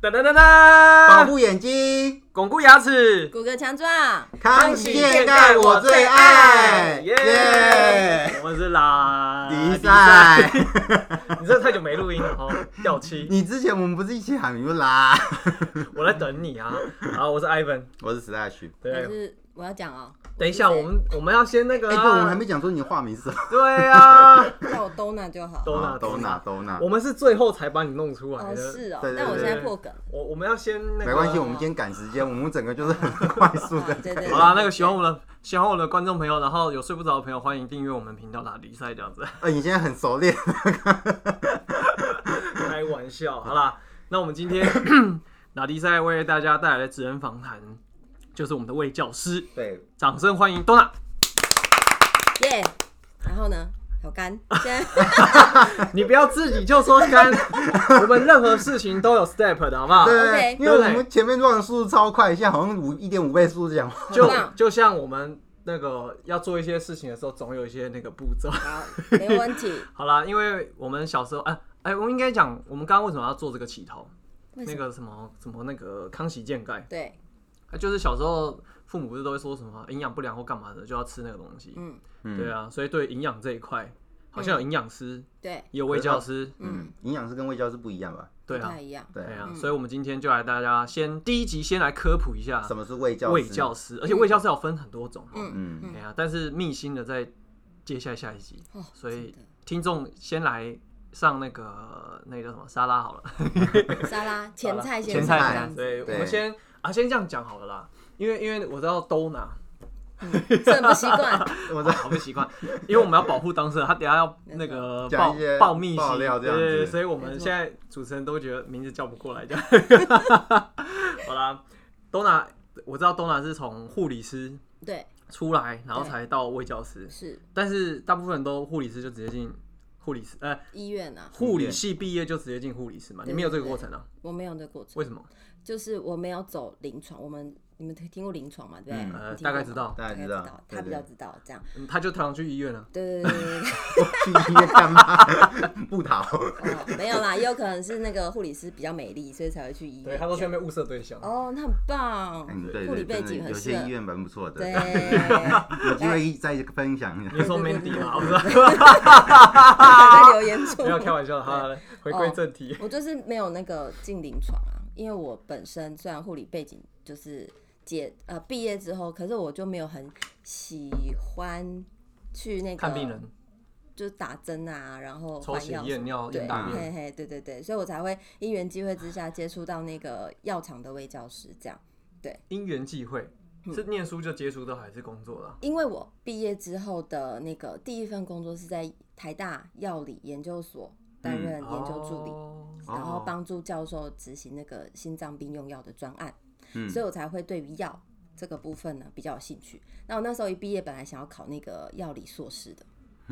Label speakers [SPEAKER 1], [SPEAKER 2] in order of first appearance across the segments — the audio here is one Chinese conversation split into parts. [SPEAKER 1] 噔噔噔噔，
[SPEAKER 2] 保护眼睛，
[SPEAKER 1] 巩固牙齿，
[SPEAKER 3] 骨骼强壮，
[SPEAKER 2] 康熙健盖我最爱，耶！
[SPEAKER 1] 我是啦，
[SPEAKER 2] 比赛，
[SPEAKER 1] 比赛，你真的太久没录音了哦，掉漆，
[SPEAKER 2] 你之前我们不是一起喊你就啦？
[SPEAKER 1] 我在等你啊。好，我是 Ivan，
[SPEAKER 2] 我是 Slash，
[SPEAKER 3] 还
[SPEAKER 1] 对，
[SPEAKER 3] 是我要讲哦？
[SPEAKER 1] 等一下，我们我们要先那个
[SPEAKER 2] 哎，
[SPEAKER 1] 啊，
[SPEAKER 2] 不，我们还没讲说你的化名是什么？啊
[SPEAKER 1] 对啊，
[SPEAKER 3] 叫我 Dona 就好。
[SPEAKER 1] 都拿
[SPEAKER 2] 都拿，都拿
[SPEAKER 1] 我，们是最后才把你弄出来
[SPEAKER 3] 哦，
[SPEAKER 1] 的，
[SPEAKER 3] 是哦
[SPEAKER 2] 对，对
[SPEAKER 3] 但我
[SPEAKER 2] 对
[SPEAKER 3] 现在破梗。
[SPEAKER 1] 我我们要先那个，
[SPEAKER 2] 没关系，我们今天赶时间，我们整个就是很快速的
[SPEAKER 3] 啊。对对
[SPEAKER 1] 好啦，那个喜欢我的喜欢我的观众朋友，然后有睡不着的朋友，欢迎订阅我们频道打比赛这样子。
[SPEAKER 2] 呃，你现在很熟练，
[SPEAKER 1] 开玩笑，好啦，那我们 今天打比赛为大家带来的职人访谈，就是我们的魏教师，
[SPEAKER 2] 对，
[SPEAKER 1] 掌声欢迎 Donna。
[SPEAKER 3] 耶！然后呢？好干， 现 在
[SPEAKER 1] 你不要自己就说干， 我们任何事情都有 step 的好不好？
[SPEAKER 2] 对
[SPEAKER 3] OK，
[SPEAKER 2] 因为我们前面乱的速度超快，现在好像五一点五倍速度讲话，
[SPEAKER 1] 就
[SPEAKER 3] 很棒
[SPEAKER 1] 就像我们那个要做一些事情的时候，总有一些那个步骤。
[SPEAKER 3] 好，没问题。
[SPEAKER 1] 好啦，因为我们小时候，哎、哎、我们应该讲，我们刚刚为什么要做这个起头？
[SPEAKER 3] 为
[SPEAKER 1] 那
[SPEAKER 3] 什么？
[SPEAKER 1] 个什么什么那个康熙健钙，
[SPEAKER 3] 对，
[SPEAKER 1] 啊就是小时候父母不是都会说什么营养不良或干嘛的，就要吃那个东西。
[SPEAKER 3] 嗯，
[SPEAKER 1] 对
[SPEAKER 2] 嗯，
[SPEAKER 1] 啊，所以对营养这一块，好像有营养师，
[SPEAKER 3] 对，
[SPEAKER 1] 也有卫教师，
[SPEAKER 2] 嗯
[SPEAKER 3] 嗯，
[SPEAKER 2] 营养师跟卫教师不一样吧？
[SPEAKER 1] 对
[SPEAKER 3] 不
[SPEAKER 1] 啊
[SPEAKER 3] 太，一样。
[SPEAKER 2] 对
[SPEAKER 1] 对
[SPEAKER 2] 啊，
[SPEAKER 1] 啊，
[SPEAKER 3] 嗯
[SPEAKER 1] 所以我们今天就来大家先第一集先来科普一下
[SPEAKER 2] 什么是卫教师？
[SPEAKER 1] 卫教师，而且卫教师有分很多种哦，
[SPEAKER 3] 嗯
[SPEAKER 2] 嗯，
[SPEAKER 3] 嗯
[SPEAKER 1] 哎呀，但是密心的在接下来下一集，
[SPEAKER 3] 哦，
[SPEAKER 1] 所以
[SPEAKER 3] 真
[SPEAKER 1] 听众先来上那个那个叫什么沙拉好了，
[SPEAKER 3] 的沙拉前菜先
[SPEAKER 1] 前
[SPEAKER 3] 生
[SPEAKER 1] 菜
[SPEAKER 3] 这
[SPEAKER 1] 啊
[SPEAKER 3] 样，子，
[SPEAKER 1] 对，我
[SPEAKER 2] 对
[SPEAKER 1] 们先啊先这样讲好了啦，因为因为我知道都拿，
[SPEAKER 3] 是很不习惯。
[SPEAKER 2] 我
[SPEAKER 1] 我好不习惯，因为我们要保护当事人，他等下要那个
[SPEAKER 2] 讲
[SPEAKER 1] 报
[SPEAKER 2] 一些
[SPEAKER 1] 报密信
[SPEAKER 2] 爆料这样子
[SPEAKER 1] 对对对所以我们
[SPEAKER 3] 没错
[SPEAKER 1] 现在主持人都觉得名字叫不过来，这样。好啦，东娜，我知道东娜是从护理师
[SPEAKER 3] 对，
[SPEAKER 1] 出来，然后才到卫教师，
[SPEAKER 3] 是
[SPEAKER 1] 但是大部分人都护理师就直接进护理师，呃，
[SPEAKER 3] 医院啊，
[SPEAKER 1] 护理系毕业就直接进护理师嘛，
[SPEAKER 3] 对
[SPEAKER 1] 你没有这个过程啊？
[SPEAKER 3] 我没有这个过程，
[SPEAKER 1] 为什么？
[SPEAKER 3] 就是我没有走临床。我们你们听过临床嘛？对不对？
[SPEAKER 2] 嗯
[SPEAKER 3] 你
[SPEAKER 1] 呃
[SPEAKER 3] 听过
[SPEAKER 1] 大概
[SPEAKER 3] 吗
[SPEAKER 1] 知道
[SPEAKER 2] 大概
[SPEAKER 3] 大概
[SPEAKER 2] 知
[SPEAKER 3] 知
[SPEAKER 2] 道
[SPEAKER 3] 道，他比
[SPEAKER 2] 对对
[SPEAKER 3] 较知道这样。
[SPEAKER 1] 嗯他就常去医院啊。
[SPEAKER 3] 对对对对对。
[SPEAKER 2] 去医院干嘛？ 不逃，
[SPEAKER 3] 哦，没有啦，也有可能是那个护理师比较美丽，所以才会去医院。
[SPEAKER 1] 对他都去那边物色对象，
[SPEAKER 3] 哦，那很棒，
[SPEAKER 2] 嗯，对
[SPEAKER 3] 护理
[SPEAKER 2] 对，真
[SPEAKER 3] 背景
[SPEAKER 2] 的
[SPEAKER 3] 很
[SPEAKER 2] 有
[SPEAKER 3] 适
[SPEAKER 2] 些
[SPEAKER 3] 合
[SPEAKER 2] 医。院蛮不错的，
[SPEAKER 3] 对，哎嗯
[SPEAKER 2] 有机会再分享一下。
[SPEAKER 1] 你说
[SPEAKER 3] 对对
[SPEAKER 1] Mandy
[SPEAKER 3] 对
[SPEAKER 1] 嘛，我不
[SPEAKER 3] 对
[SPEAKER 1] 知道，
[SPEAKER 3] 在留言处
[SPEAKER 1] 不。要开玩笑，好，来回归正题。
[SPEAKER 3] 我就是没有那个进临床啊，因为我本身虽然护理背景就是结呃毕业之后，可是我就没有很喜欢去那个
[SPEAKER 1] 看病人，
[SPEAKER 3] 就是打针啊，然后
[SPEAKER 1] 抽
[SPEAKER 3] 换
[SPEAKER 1] 血
[SPEAKER 3] 药、
[SPEAKER 1] 验尿、
[SPEAKER 3] 对
[SPEAKER 1] 验大便。
[SPEAKER 3] 嘿嘿，对对对，所以我才会因缘机会之下接触到那个药厂的卫教师这样。
[SPEAKER 1] 因缘际会，
[SPEAKER 3] 嗯
[SPEAKER 1] 是念书就接触到还是工作啦？
[SPEAKER 3] 因为我毕业之后的那个第一份工作是在台大药理研究所
[SPEAKER 1] 嗯
[SPEAKER 3] 担任嗯研究助理，
[SPEAKER 1] 理，
[SPEAKER 2] 哦
[SPEAKER 3] 然后帮助教授执行那个心脏病用药的专案，
[SPEAKER 2] 嗯
[SPEAKER 3] 所以我才会对于药这个部分呢比较有兴趣。那我那时候一毕业，本来想要考那个药理硕士的。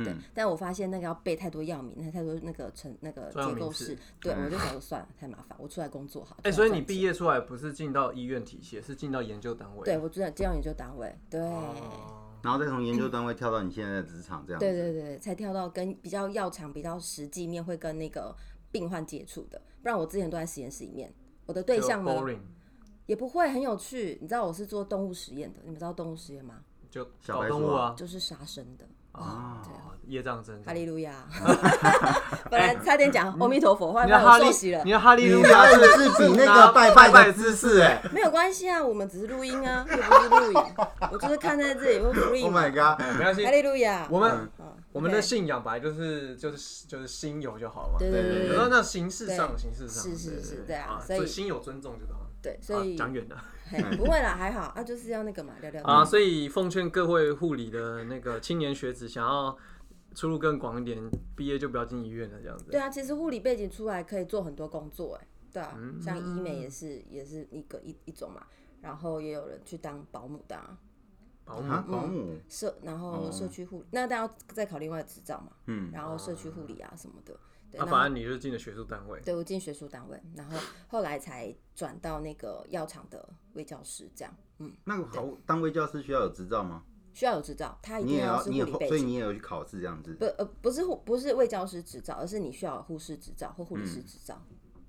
[SPEAKER 3] 对
[SPEAKER 2] 嗯，
[SPEAKER 3] 但我发现那个要背太多药名，那太多那个成那个
[SPEAKER 1] 专有
[SPEAKER 3] 结
[SPEAKER 1] 名
[SPEAKER 3] 构
[SPEAKER 1] 词
[SPEAKER 3] 式，对
[SPEAKER 2] 嗯
[SPEAKER 3] 我就想说算了，太麻烦，我出来工作好。
[SPEAKER 1] 哎，所以你毕
[SPEAKER 3] 业？
[SPEAKER 1] 业出来不是进到医院体系，是进到研究单位。啊
[SPEAKER 3] 对，我进进到研究单位，对，
[SPEAKER 1] 哦，
[SPEAKER 2] 然后再从研究单位跳到你现在的职场这样子。
[SPEAKER 3] 嗯对对对，才跳到跟比较药厂比较实际面会跟那个病患接触的，不然我之前都在实验室里面，我的对
[SPEAKER 1] 就
[SPEAKER 3] 象呢
[SPEAKER 1] boring，
[SPEAKER 3] 也不会很有趣。你知道我是做动物实验的，你们知道动物实验吗？
[SPEAKER 1] 就
[SPEAKER 2] 小
[SPEAKER 1] 搞
[SPEAKER 2] 白
[SPEAKER 1] 动
[SPEAKER 2] 鼠
[SPEAKER 1] 物
[SPEAKER 2] 啊
[SPEAKER 1] 啊，
[SPEAKER 3] 就是杀生的，嗯
[SPEAKER 1] 啊，业障真
[SPEAKER 3] 哈
[SPEAKER 1] 的。
[SPEAKER 3] 利路 亚！本来差点讲阿弥陀佛，后
[SPEAKER 1] 哎
[SPEAKER 3] 来
[SPEAKER 1] 你
[SPEAKER 3] 被
[SPEAKER 1] 的哈
[SPEAKER 3] 我
[SPEAKER 1] 利
[SPEAKER 3] 受洗，了
[SPEAKER 1] 你，的哈利
[SPEAKER 2] 你
[SPEAKER 1] 路
[SPEAKER 2] 表
[SPEAKER 1] 亚
[SPEAKER 2] 演
[SPEAKER 1] 是
[SPEAKER 2] 是比 那个拜拜的姿势哎
[SPEAKER 3] 没有关系啊，我们只是录音啊，又不是录影，我就是看在这里会 free
[SPEAKER 2] ，Oh
[SPEAKER 3] 嘛
[SPEAKER 2] my。god！
[SPEAKER 1] 啊没关系
[SPEAKER 3] 哈，利路亚！
[SPEAKER 1] 我们
[SPEAKER 3] 嗯
[SPEAKER 1] 我们的
[SPEAKER 3] OK
[SPEAKER 1] 信仰本来就是就是就是心有就好嘛。
[SPEAKER 3] 对对对对
[SPEAKER 1] 有时候那形式上
[SPEAKER 3] 对
[SPEAKER 1] 形式上
[SPEAKER 3] 是是
[SPEAKER 1] 对
[SPEAKER 3] 是
[SPEAKER 1] 对
[SPEAKER 3] 对啊所以
[SPEAKER 1] 心有尊重就好。
[SPEAKER 3] 对，所
[SPEAKER 1] 啊
[SPEAKER 3] 以
[SPEAKER 1] 讲远了
[SPEAKER 3] 嘿不会啦，还好啊，就是要那个嘛，聊聊
[SPEAKER 1] 啊，
[SPEAKER 2] 嗯
[SPEAKER 3] 天。
[SPEAKER 1] 所以奉劝各位护理的那个青年学子，想要出路更广一点，毕业就不要进医院了，这样子。
[SPEAKER 3] 对啊，其实护理背景出来可以做很多工作、哎，对啊，
[SPEAKER 2] 嗯
[SPEAKER 3] 像医美也是也是一个一一种嘛，然后也有人去当保姆的、啊，
[SPEAKER 1] 保姆
[SPEAKER 2] 啊，保姆，
[SPEAKER 3] 社然后社区护理，那大家要再考另外的执照嘛，
[SPEAKER 2] 哦嗯，
[SPEAKER 3] 然后社区护理啊什么的，
[SPEAKER 1] 那
[SPEAKER 3] 对，然
[SPEAKER 1] 反
[SPEAKER 3] 后
[SPEAKER 1] 正你就是进了学术单位，
[SPEAKER 3] 对我进学术单位，然后后来才转到那个药厂的卫教师，这样，嗯，
[SPEAKER 2] 那个好，当卫教师需要有执照吗？
[SPEAKER 3] 需要有执照，他一
[SPEAKER 2] 你
[SPEAKER 3] 定
[SPEAKER 2] 也要，
[SPEAKER 3] 哎啊是
[SPEAKER 2] 你
[SPEAKER 3] 护
[SPEAKER 2] 也
[SPEAKER 3] 理背
[SPEAKER 2] 所以
[SPEAKER 3] 景。
[SPEAKER 2] 你也有去考试这样子嗯
[SPEAKER 3] 不。呃不是护不是卫教师执照，而是你需要有护士执照或护理师执照，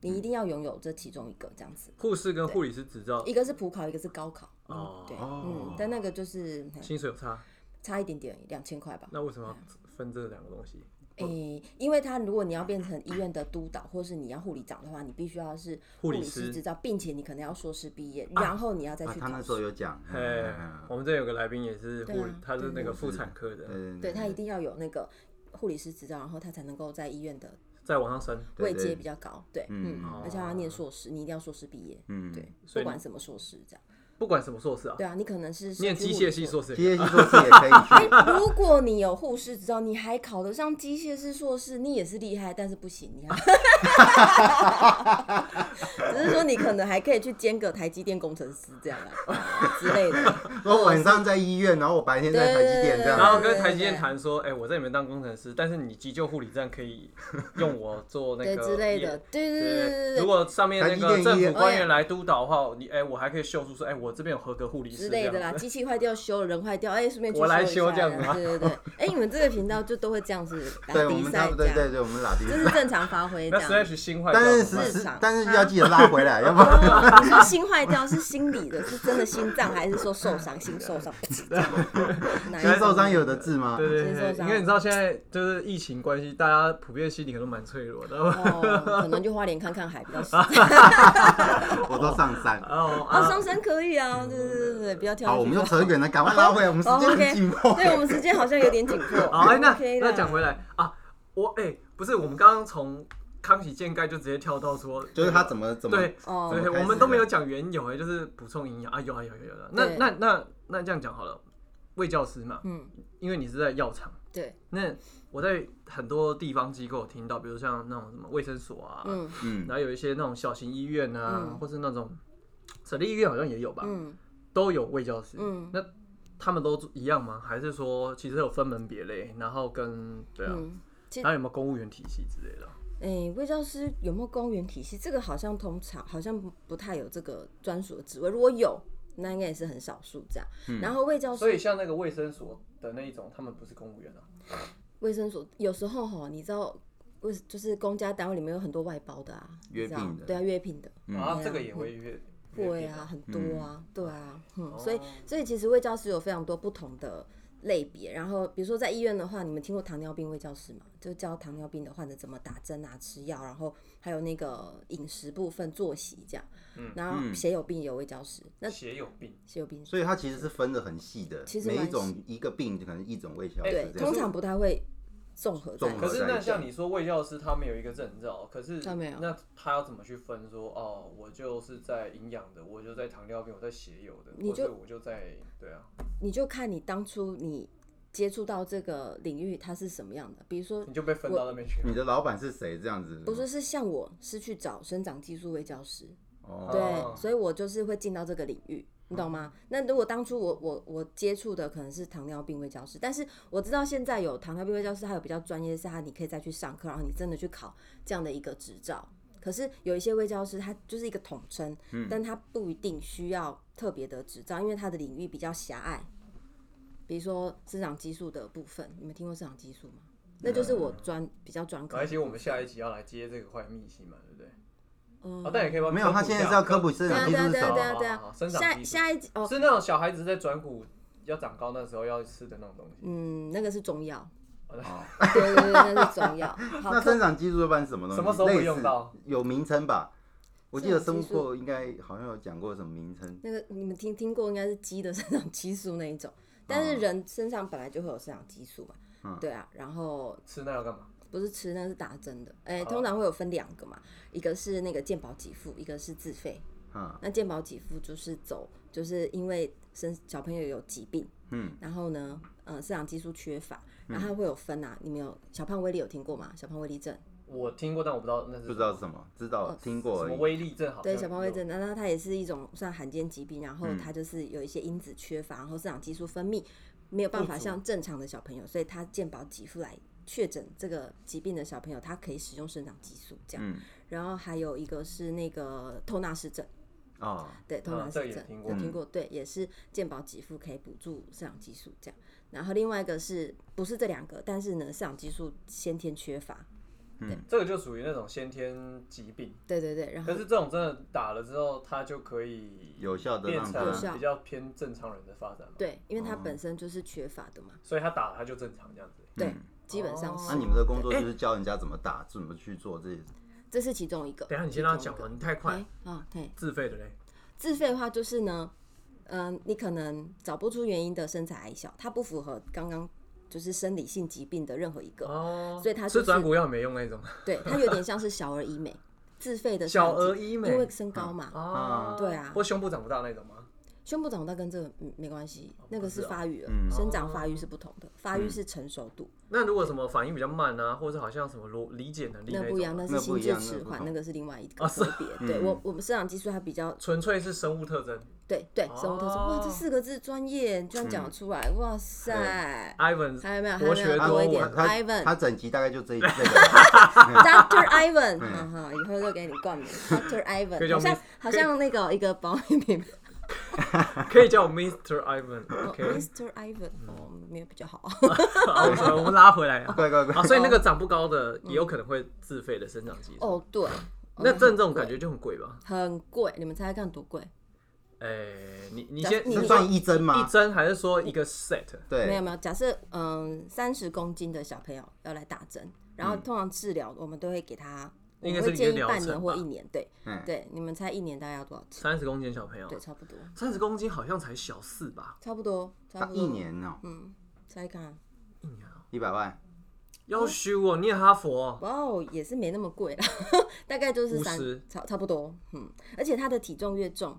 [SPEAKER 3] 你你一定要拥有这其中一个这样子。
[SPEAKER 1] 护士跟护理师执照
[SPEAKER 3] 一个是普考，一个是高考。
[SPEAKER 1] 哦
[SPEAKER 3] 嗯，对，
[SPEAKER 2] 哦
[SPEAKER 3] 嗯，但那个就是嗯
[SPEAKER 1] 薪水有差，
[SPEAKER 3] 差一点点，两千块吧。
[SPEAKER 1] 那为什么要分这两个东
[SPEAKER 2] 嗯
[SPEAKER 1] 西？
[SPEAKER 3] 诶、因为他如果你要变成医院的督导，或是你要护理长的话，你必须要是
[SPEAKER 1] 护
[SPEAKER 3] 护
[SPEAKER 1] 理
[SPEAKER 3] 理
[SPEAKER 1] 师
[SPEAKER 3] 师执照，并且你可能要硕士毕业，然后你要再
[SPEAKER 2] 啊，
[SPEAKER 3] 去
[SPEAKER 2] 他
[SPEAKER 3] 考
[SPEAKER 2] 那时
[SPEAKER 3] 试。
[SPEAKER 2] 候有讲，
[SPEAKER 1] 嘿
[SPEAKER 2] 嗯，
[SPEAKER 1] 我们这有个来宾也是护
[SPEAKER 3] 对
[SPEAKER 1] 理
[SPEAKER 3] 啊，
[SPEAKER 1] 他是那个
[SPEAKER 2] 对
[SPEAKER 1] 妇产科
[SPEAKER 2] 对
[SPEAKER 1] 的，
[SPEAKER 2] 嗯对
[SPEAKER 3] 对他一定要有那个护理师执照，然后他才能够在医院的
[SPEAKER 1] 在往上升，
[SPEAKER 2] 对
[SPEAKER 3] 位
[SPEAKER 2] 对
[SPEAKER 3] 阶比较高。对，嗯，
[SPEAKER 1] 哦
[SPEAKER 3] 而且他要念硕士，你一定要硕士毕业。
[SPEAKER 2] 嗯
[SPEAKER 3] 对，
[SPEAKER 1] 所以
[SPEAKER 3] 不
[SPEAKER 1] 你
[SPEAKER 3] 管什么硕士这样。
[SPEAKER 1] 不管什么硕士啊，
[SPEAKER 3] 对啊，你可能是社
[SPEAKER 1] 念
[SPEAKER 3] 区
[SPEAKER 1] 机
[SPEAKER 3] 护理
[SPEAKER 1] 械系硕士
[SPEAKER 2] 机，械系硕士也可以去，
[SPEAKER 3] 如果你有护士执照，你还考得上机械师硕士，你也是厉害，但是不行，你还， 只是说你可能还可以去兼个台积电工程师这样 啊之类的。
[SPEAKER 2] 我晚上在医院，然后我白天在台积电这
[SPEAKER 3] 对
[SPEAKER 1] 然
[SPEAKER 2] 样，
[SPEAKER 1] 后跟台积电
[SPEAKER 3] 对对对
[SPEAKER 1] 谈说，哎，我在你们当工程师，但是你急救护理站可以用我做那
[SPEAKER 3] 对
[SPEAKER 1] 个
[SPEAKER 3] 之类
[SPEAKER 1] 业
[SPEAKER 3] 的，对对对对
[SPEAKER 1] 对，
[SPEAKER 3] 对
[SPEAKER 1] 如
[SPEAKER 3] 对，
[SPEAKER 1] 果上面那个
[SPEAKER 2] 台积电
[SPEAKER 1] 政
[SPEAKER 2] 医
[SPEAKER 1] 府
[SPEAKER 2] 院
[SPEAKER 1] 官员来督导的话，你哎、我还可以秀出说，哎、我这边有合格护理
[SPEAKER 3] 之
[SPEAKER 1] 师这
[SPEAKER 3] 类的
[SPEAKER 1] 样。
[SPEAKER 3] 啦，机器坏掉修了，人坏掉，哎，顺便去
[SPEAKER 1] 我来
[SPEAKER 3] 一
[SPEAKER 1] 修
[SPEAKER 3] 下
[SPEAKER 1] 这样子吗
[SPEAKER 3] 对对对，哎，你们这个频道就都会这 样子打
[SPEAKER 2] 对，我
[SPEAKER 3] 比
[SPEAKER 2] 们差
[SPEAKER 3] 赛
[SPEAKER 2] 不
[SPEAKER 3] 这
[SPEAKER 2] 对对
[SPEAKER 3] 样，
[SPEAKER 2] 对，我们拉低
[SPEAKER 3] 这。是正常发挥
[SPEAKER 1] 那
[SPEAKER 3] 这样。
[SPEAKER 1] Slash 心坏掉
[SPEAKER 2] 但
[SPEAKER 1] 了
[SPEAKER 2] 是
[SPEAKER 1] 吗，
[SPEAKER 2] 是
[SPEAKER 3] 市
[SPEAKER 2] 是
[SPEAKER 3] 场，
[SPEAKER 2] 但是要记得拉回 来，要不然
[SPEAKER 3] 哦你说心坏掉是心理的，是真的心脏，还是说受伤？心受伤？ 哪一
[SPEAKER 2] 心
[SPEAKER 3] 种
[SPEAKER 2] 受伤有的治吗？
[SPEAKER 1] 对对
[SPEAKER 3] 接
[SPEAKER 1] 对
[SPEAKER 3] 受
[SPEAKER 1] 对，
[SPEAKER 3] 伤
[SPEAKER 1] 因为你知道现在就是疫情关系，大家普遍心理可能蛮脆弱的。哦
[SPEAKER 3] 哦，可能就花莲看看海比较实在。
[SPEAKER 2] 我都上 山。
[SPEAKER 3] 哦，
[SPEAKER 1] 啊，
[SPEAKER 3] 双山可以啊，对对对对，不要跳下
[SPEAKER 2] 好，
[SPEAKER 3] 去。
[SPEAKER 2] 我们又扯远了，赶快拉回来，我们时间很紧
[SPEAKER 3] 哦
[SPEAKER 2] 迫
[SPEAKER 3] ，OK，。对我们时间好像有点紧迫。
[SPEAKER 1] 好，哎，那
[SPEAKER 3] OK 啦
[SPEAKER 1] 那讲回来啊，我哎、不是，我们刚刚从康熙建盖就直接跳到说，
[SPEAKER 2] 就是他怎么怎么
[SPEAKER 1] 对
[SPEAKER 3] 哦
[SPEAKER 1] 对，
[SPEAKER 2] 怎么开
[SPEAKER 1] 我
[SPEAKER 2] 始
[SPEAKER 1] 们都没有讲缘由，哎，就是补充营养啊，有啊有啊有啊有啊。那
[SPEAKER 3] 对
[SPEAKER 1] 那那那这样讲好了，魏教师嘛，
[SPEAKER 3] 嗯，
[SPEAKER 1] 因为你是在药厂。
[SPEAKER 3] 对，
[SPEAKER 1] 那我在很多地方机构有听到，比如像那种什么卫生所啊，
[SPEAKER 3] 嗯
[SPEAKER 2] 嗯，
[SPEAKER 1] 然后有一些那种小型医院啊，
[SPEAKER 3] 嗯
[SPEAKER 1] 或是那种省立医院好像也有吧，
[SPEAKER 3] 嗯
[SPEAKER 1] 都有卫教师。
[SPEAKER 3] 嗯
[SPEAKER 1] 那他们都一样吗？还是说其实有分门别类，然后跟对啊，
[SPEAKER 3] 嗯。其嗯
[SPEAKER 1] 然后有没有公务员体系之类的？
[SPEAKER 3] 诶，卫教师有没有公务员体系？这个好像通常好像不不太有这个专属的职位，如果有，那应该也是很少数这样。然后卫教师
[SPEAKER 1] 所以像那个卫生所的那一种，他们不是公务员啊。
[SPEAKER 3] 卫生所有时候吼，你知道，卫就是公家单位里面有很多外包的啊，你知
[SPEAKER 2] 约
[SPEAKER 3] 道
[SPEAKER 2] 聘的
[SPEAKER 3] 对啊，月聘的，
[SPEAKER 1] 啊，
[SPEAKER 3] 嗯
[SPEAKER 1] 这个也会越
[SPEAKER 3] 会啊，，很
[SPEAKER 2] 嗯
[SPEAKER 3] 多啊，对啊，嗯，
[SPEAKER 1] 哦
[SPEAKER 3] 所以所以其实卫教师有非常多不同的类别，然后比如说在医院的话，你们听过糖尿病卫教师嘛？就教糖尿病的患者怎么打针啊、吃药，然后还有那个饮食部分、作息这样，
[SPEAKER 2] 嗯
[SPEAKER 3] 然后血友病也有卫教师，那
[SPEAKER 1] 血有病。
[SPEAKER 3] 血友病
[SPEAKER 2] 所以它其实是分的很细的，
[SPEAKER 3] 其实
[SPEAKER 2] 每
[SPEAKER 3] 蛮
[SPEAKER 2] 一种一个病可能一种胃消食
[SPEAKER 3] 对，
[SPEAKER 2] 这样
[SPEAKER 3] 通。常不太会综合在
[SPEAKER 2] 综
[SPEAKER 3] 一
[SPEAKER 2] 合
[SPEAKER 1] 可
[SPEAKER 3] 起，
[SPEAKER 1] 是那像你说卫教师，他们有一个证照，可是
[SPEAKER 3] 他没有
[SPEAKER 1] 那他要怎么去分说？哦，我就是在营养的，我就在糖尿病，我在血友的，
[SPEAKER 3] 你就
[SPEAKER 1] 或者我就在对啊，
[SPEAKER 3] 你就看你当初你接触到这个领域它是什么样的，比如说
[SPEAKER 2] 嗯
[SPEAKER 1] 你就被分到那边去。
[SPEAKER 2] 你的老板是谁？这样子
[SPEAKER 3] 不是是像我是去找生长激素卫教师，
[SPEAKER 2] 哦，
[SPEAKER 1] 哦
[SPEAKER 3] 对，所以我就是会进到这个领域，你懂吗？那如果当初我我我接触的可能是糖尿病卫教师，但是我知道现在有糖尿病卫教师，还有比较专业是他你可以再去上课，然后你真的去考这样的一个执照。可是有一些卫教师，他就是一个统称，
[SPEAKER 2] 嗯
[SPEAKER 3] 但他不一定需要特别的执照，因为他的领域比较狭隘。比如说生长激素的部分，你们听过生长激素吗？那就是
[SPEAKER 2] 嗯
[SPEAKER 3] 我专比较专科的
[SPEAKER 1] 而
[SPEAKER 3] 部
[SPEAKER 1] 且
[SPEAKER 3] 分。
[SPEAKER 1] 我们下一集要来接这个坏秘辛嘛，对不对？
[SPEAKER 3] 嗯
[SPEAKER 1] 哦，但也可以帮
[SPEAKER 2] 没有，他现在是要科普生
[SPEAKER 3] 对啊
[SPEAKER 2] 长激
[SPEAKER 3] 对
[SPEAKER 2] 素
[SPEAKER 3] 啊
[SPEAKER 2] 是
[SPEAKER 3] 对啊
[SPEAKER 2] 什
[SPEAKER 3] 对
[SPEAKER 2] 么？
[SPEAKER 3] 啊对
[SPEAKER 1] 好哦好
[SPEAKER 3] 啊
[SPEAKER 1] 好，生长
[SPEAKER 3] 下
[SPEAKER 1] 激素
[SPEAKER 3] 下一集哦，
[SPEAKER 1] 是那种小孩子在转骨要长高那时候要吃的那种东西。
[SPEAKER 3] 嗯，那个是中药，
[SPEAKER 2] 哦
[SPEAKER 3] 对对对，那是 中药。好，
[SPEAKER 2] 那
[SPEAKER 3] 科
[SPEAKER 2] 生长激素一般是什么东西？
[SPEAKER 1] 什么时候会
[SPEAKER 2] 类似
[SPEAKER 1] 用到？
[SPEAKER 2] 有名称吧？我记得
[SPEAKER 3] 生
[SPEAKER 2] 生
[SPEAKER 3] 长激素
[SPEAKER 2] 过应该好像有讲过什么名称。
[SPEAKER 3] 那个你们听听过，应该是鸡的生长激素那一种，
[SPEAKER 2] 啊
[SPEAKER 3] 但是人身上本来就会有生长激素嘛。对啊，然后
[SPEAKER 1] 吃那要干嘛？
[SPEAKER 3] 不是吃，那是打针的。哎、
[SPEAKER 1] 哦
[SPEAKER 3] 通常会有分两个嘛，一个是那个健保给付，一个是自费。
[SPEAKER 2] 嗯
[SPEAKER 3] 那健保给付就是走，就是因为生小朋友有疾病，
[SPEAKER 2] 嗯，
[SPEAKER 3] 然后呢，呃，生长激素缺乏，然后它会有分啊。你们有小胖威力有听过吗？小胖威力症，
[SPEAKER 1] 我听过，但我不知道那是
[SPEAKER 2] 不知道是
[SPEAKER 1] 什
[SPEAKER 2] 什么，知道
[SPEAKER 3] 哦
[SPEAKER 2] 听过
[SPEAKER 1] 么
[SPEAKER 2] 而
[SPEAKER 1] 什么
[SPEAKER 2] 已。
[SPEAKER 1] 威力症，好像
[SPEAKER 3] 对，小胖威
[SPEAKER 1] 有嗯
[SPEAKER 3] 症，那那它也是一种算罕见疾病，然后它就是有一些因子缺乏，然后生长激素分泌没有办法
[SPEAKER 1] 不足
[SPEAKER 3] 像正常的小朋友，所以它健保给付来确诊这个疾病的小朋友，他可以使用生长激素这样。
[SPEAKER 2] 嗯
[SPEAKER 3] 然后还有一个是那个透纳氏症，
[SPEAKER 2] 哦，
[SPEAKER 3] 对，透纳
[SPEAKER 1] 啊这
[SPEAKER 3] 氏
[SPEAKER 1] 也
[SPEAKER 3] 症、
[SPEAKER 1] 听过嗯
[SPEAKER 3] 有听过，对，也是健保给付可以补助生长激素这样。然后另外一个是不是这两个？但是呢，生长激素先天缺乏，
[SPEAKER 1] 这个就属于那种先天疾病，
[SPEAKER 3] 对对对，然后
[SPEAKER 1] 可是这种真的打了之后，它就可以
[SPEAKER 2] 有效地
[SPEAKER 1] 变
[SPEAKER 2] 让它
[SPEAKER 3] 有效
[SPEAKER 1] 成比较偏正常人的发展嘛，
[SPEAKER 3] 对，因为
[SPEAKER 1] 哦
[SPEAKER 3] 它本身就是缺乏的嘛，
[SPEAKER 1] 所以他打了他就正常这样子。
[SPEAKER 3] 对，基本
[SPEAKER 1] 哦
[SPEAKER 3] 上
[SPEAKER 2] 那
[SPEAKER 3] 是
[SPEAKER 2] 你们的工
[SPEAKER 3] 哎
[SPEAKER 2] 作就是教人家怎么打，怎么去做这些。
[SPEAKER 3] 这是其中一个。
[SPEAKER 1] 等一下你先让他讲完，你太快
[SPEAKER 3] 哎。啊，对，
[SPEAKER 1] 自费的嘞，
[SPEAKER 3] 自费的话就是呢，嗯、你可能找不出原因的身材矮小，它不符合刚刚就是生理性疾病的任何一个，
[SPEAKER 1] 哦，
[SPEAKER 3] 所以它就
[SPEAKER 1] 吃
[SPEAKER 3] 是
[SPEAKER 1] 转骨药也没用那种，
[SPEAKER 3] 对它有点像是小儿医美，自费的
[SPEAKER 1] 小
[SPEAKER 3] 场景
[SPEAKER 1] 儿医美
[SPEAKER 3] 因为身高嘛，
[SPEAKER 1] 哦，
[SPEAKER 3] 对啊
[SPEAKER 1] 或胸部长不大那种吗？
[SPEAKER 3] 胸部长大跟这个嗯没关系，那个
[SPEAKER 1] 不是
[SPEAKER 3] 是
[SPEAKER 1] 哦嗯
[SPEAKER 3] 发育了，生长发育是不同的，发育是成熟度，
[SPEAKER 1] 那如果什么反应比较慢啊，或者好像什么逻理解能力
[SPEAKER 3] 那不一样，
[SPEAKER 1] 种，
[SPEAKER 3] 那
[SPEAKER 2] 那
[SPEAKER 3] 是
[SPEAKER 2] 不一
[SPEAKER 3] 心智
[SPEAKER 2] 样那
[SPEAKER 3] 迟
[SPEAKER 2] 不
[SPEAKER 3] 缓，
[SPEAKER 2] 同
[SPEAKER 3] 那个是另外一
[SPEAKER 1] 哦
[SPEAKER 3] 个个别。对我，我们生长激素它比较
[SPEAKER 1] 纯粹是生物特征。
[SPEAKER 3] 对对，生物特征。哇，
[SPEAKER 1] 哦
[SPEAKER 3] 这四个字专业，你居然讲得出来，哇塞！
[SPEAKER 1] Ivan，
[SPEAKER 3] 还有没有
[SPEAKER 1] 博学
[SPEAKER 3] 还有没有多一
[SPEAKER 1] 多
[SPEAKER 3] 点
[SPEAKER 1] 闻，
[SPEAKER 2] 他
[SPEAKER 3] Ivan
[SPEAKER 2] 他整集大概就 这一这个，
[SPEAKER 3] Doctor Ivan，哈哈，以后就给你 冠名 Doctor
[SPEAKER 1] 可以
[SPEAKER 3] Ivan，
[SPEAKER 1] 嗯叫
[SPEAKER 3] 好像
[SPEAKER 1] Miss-
[SPEAKER 3] 好像那个一个保养品牌
[SPEAKER 1] 可以叫我 Mr.
[SPEAKER 3] 哦
[SPEAKER 1] Ivan，OK？
[SPEAKER 3] ，Mr. Ivan，哦，没有比较好，
[SPEAKER 1] 嗯好，我们我们拉回来
[SPEAKER 3] 哦
[SPEAKER 1] 啊。
[SPEAKER 2] 快快
[SPEAKER 1] 啊，
[SPEAKER 2] 快！
[SPEAKER 1] 所以那个长不高的也有可能会自费的生长激素。
[SPEAKER 3] 哦，对，
[SPEAKER 1] 那这这种感觉就很贵吧？
[SPEAKER 3] 很贵，你们猜猜看多贵？
[SPEAKER 1] 哎，你你
[SPEAKER 3] 假
[SPEAKER 1] 先
[SPEAKER 3] 你
[SPEAKER 2] 这
[SPEAKER 1] 是
[SPEAKER 2] 算一针
[SPEAKER 1] 一
[SPEAKER 2] 吗？
[SPEAKER 1] 针还是说一个 set？
[SPEAKER 3] 没
[SPEAKER 2] 对
[SPEAKER 3] 有，没有，假设嗯三十公斤的小朋友要来打针，然后通常治疗我们都会给他，我
[SPEAKER 1] 嗯应
[SPEAKER 3] 们
[SPEAKER 1] 该是
[SPEAKER 3] 会建议
[SPEAKER 1] 一个疗
[SPEAKER 3] 半
[SPEAKER 1] 程
[SPEAKER 3] 年或
[SPEAKER 1] 吧
[SPEAKER 3] 一年，对
[SPEAKER 2] 嗯
[SPEAKER 3] 对，你们猜一年大概要多少钱？
[SPEAKER 1] 三十公斤小朋友
[SPEAKER 3] 对，，差不多，
[SPEAKER 1] 三十公斤好像才小四吧？
[SPEAKER 3] 差不多，差
[SPEAKER 2] 打
[SPEAKER 3] 不多
[SPEAKER 1] 啊
[SPEAKER 2] 一，年哦，
[SPEAKER 3] 嗯，猜猜看，
[SPEAKER 1] 一年啊
[SPEAKER 2] 一百万，
[SPEAKER 1] 要修哦，念哈佛哦，
[SPEAKER 3] 哇哦，也是没那么贵啦， 大概就是三
[SPEAKER 1] 50
[SPEAKER 3] 差差不多，嗯，而且它的体重越重，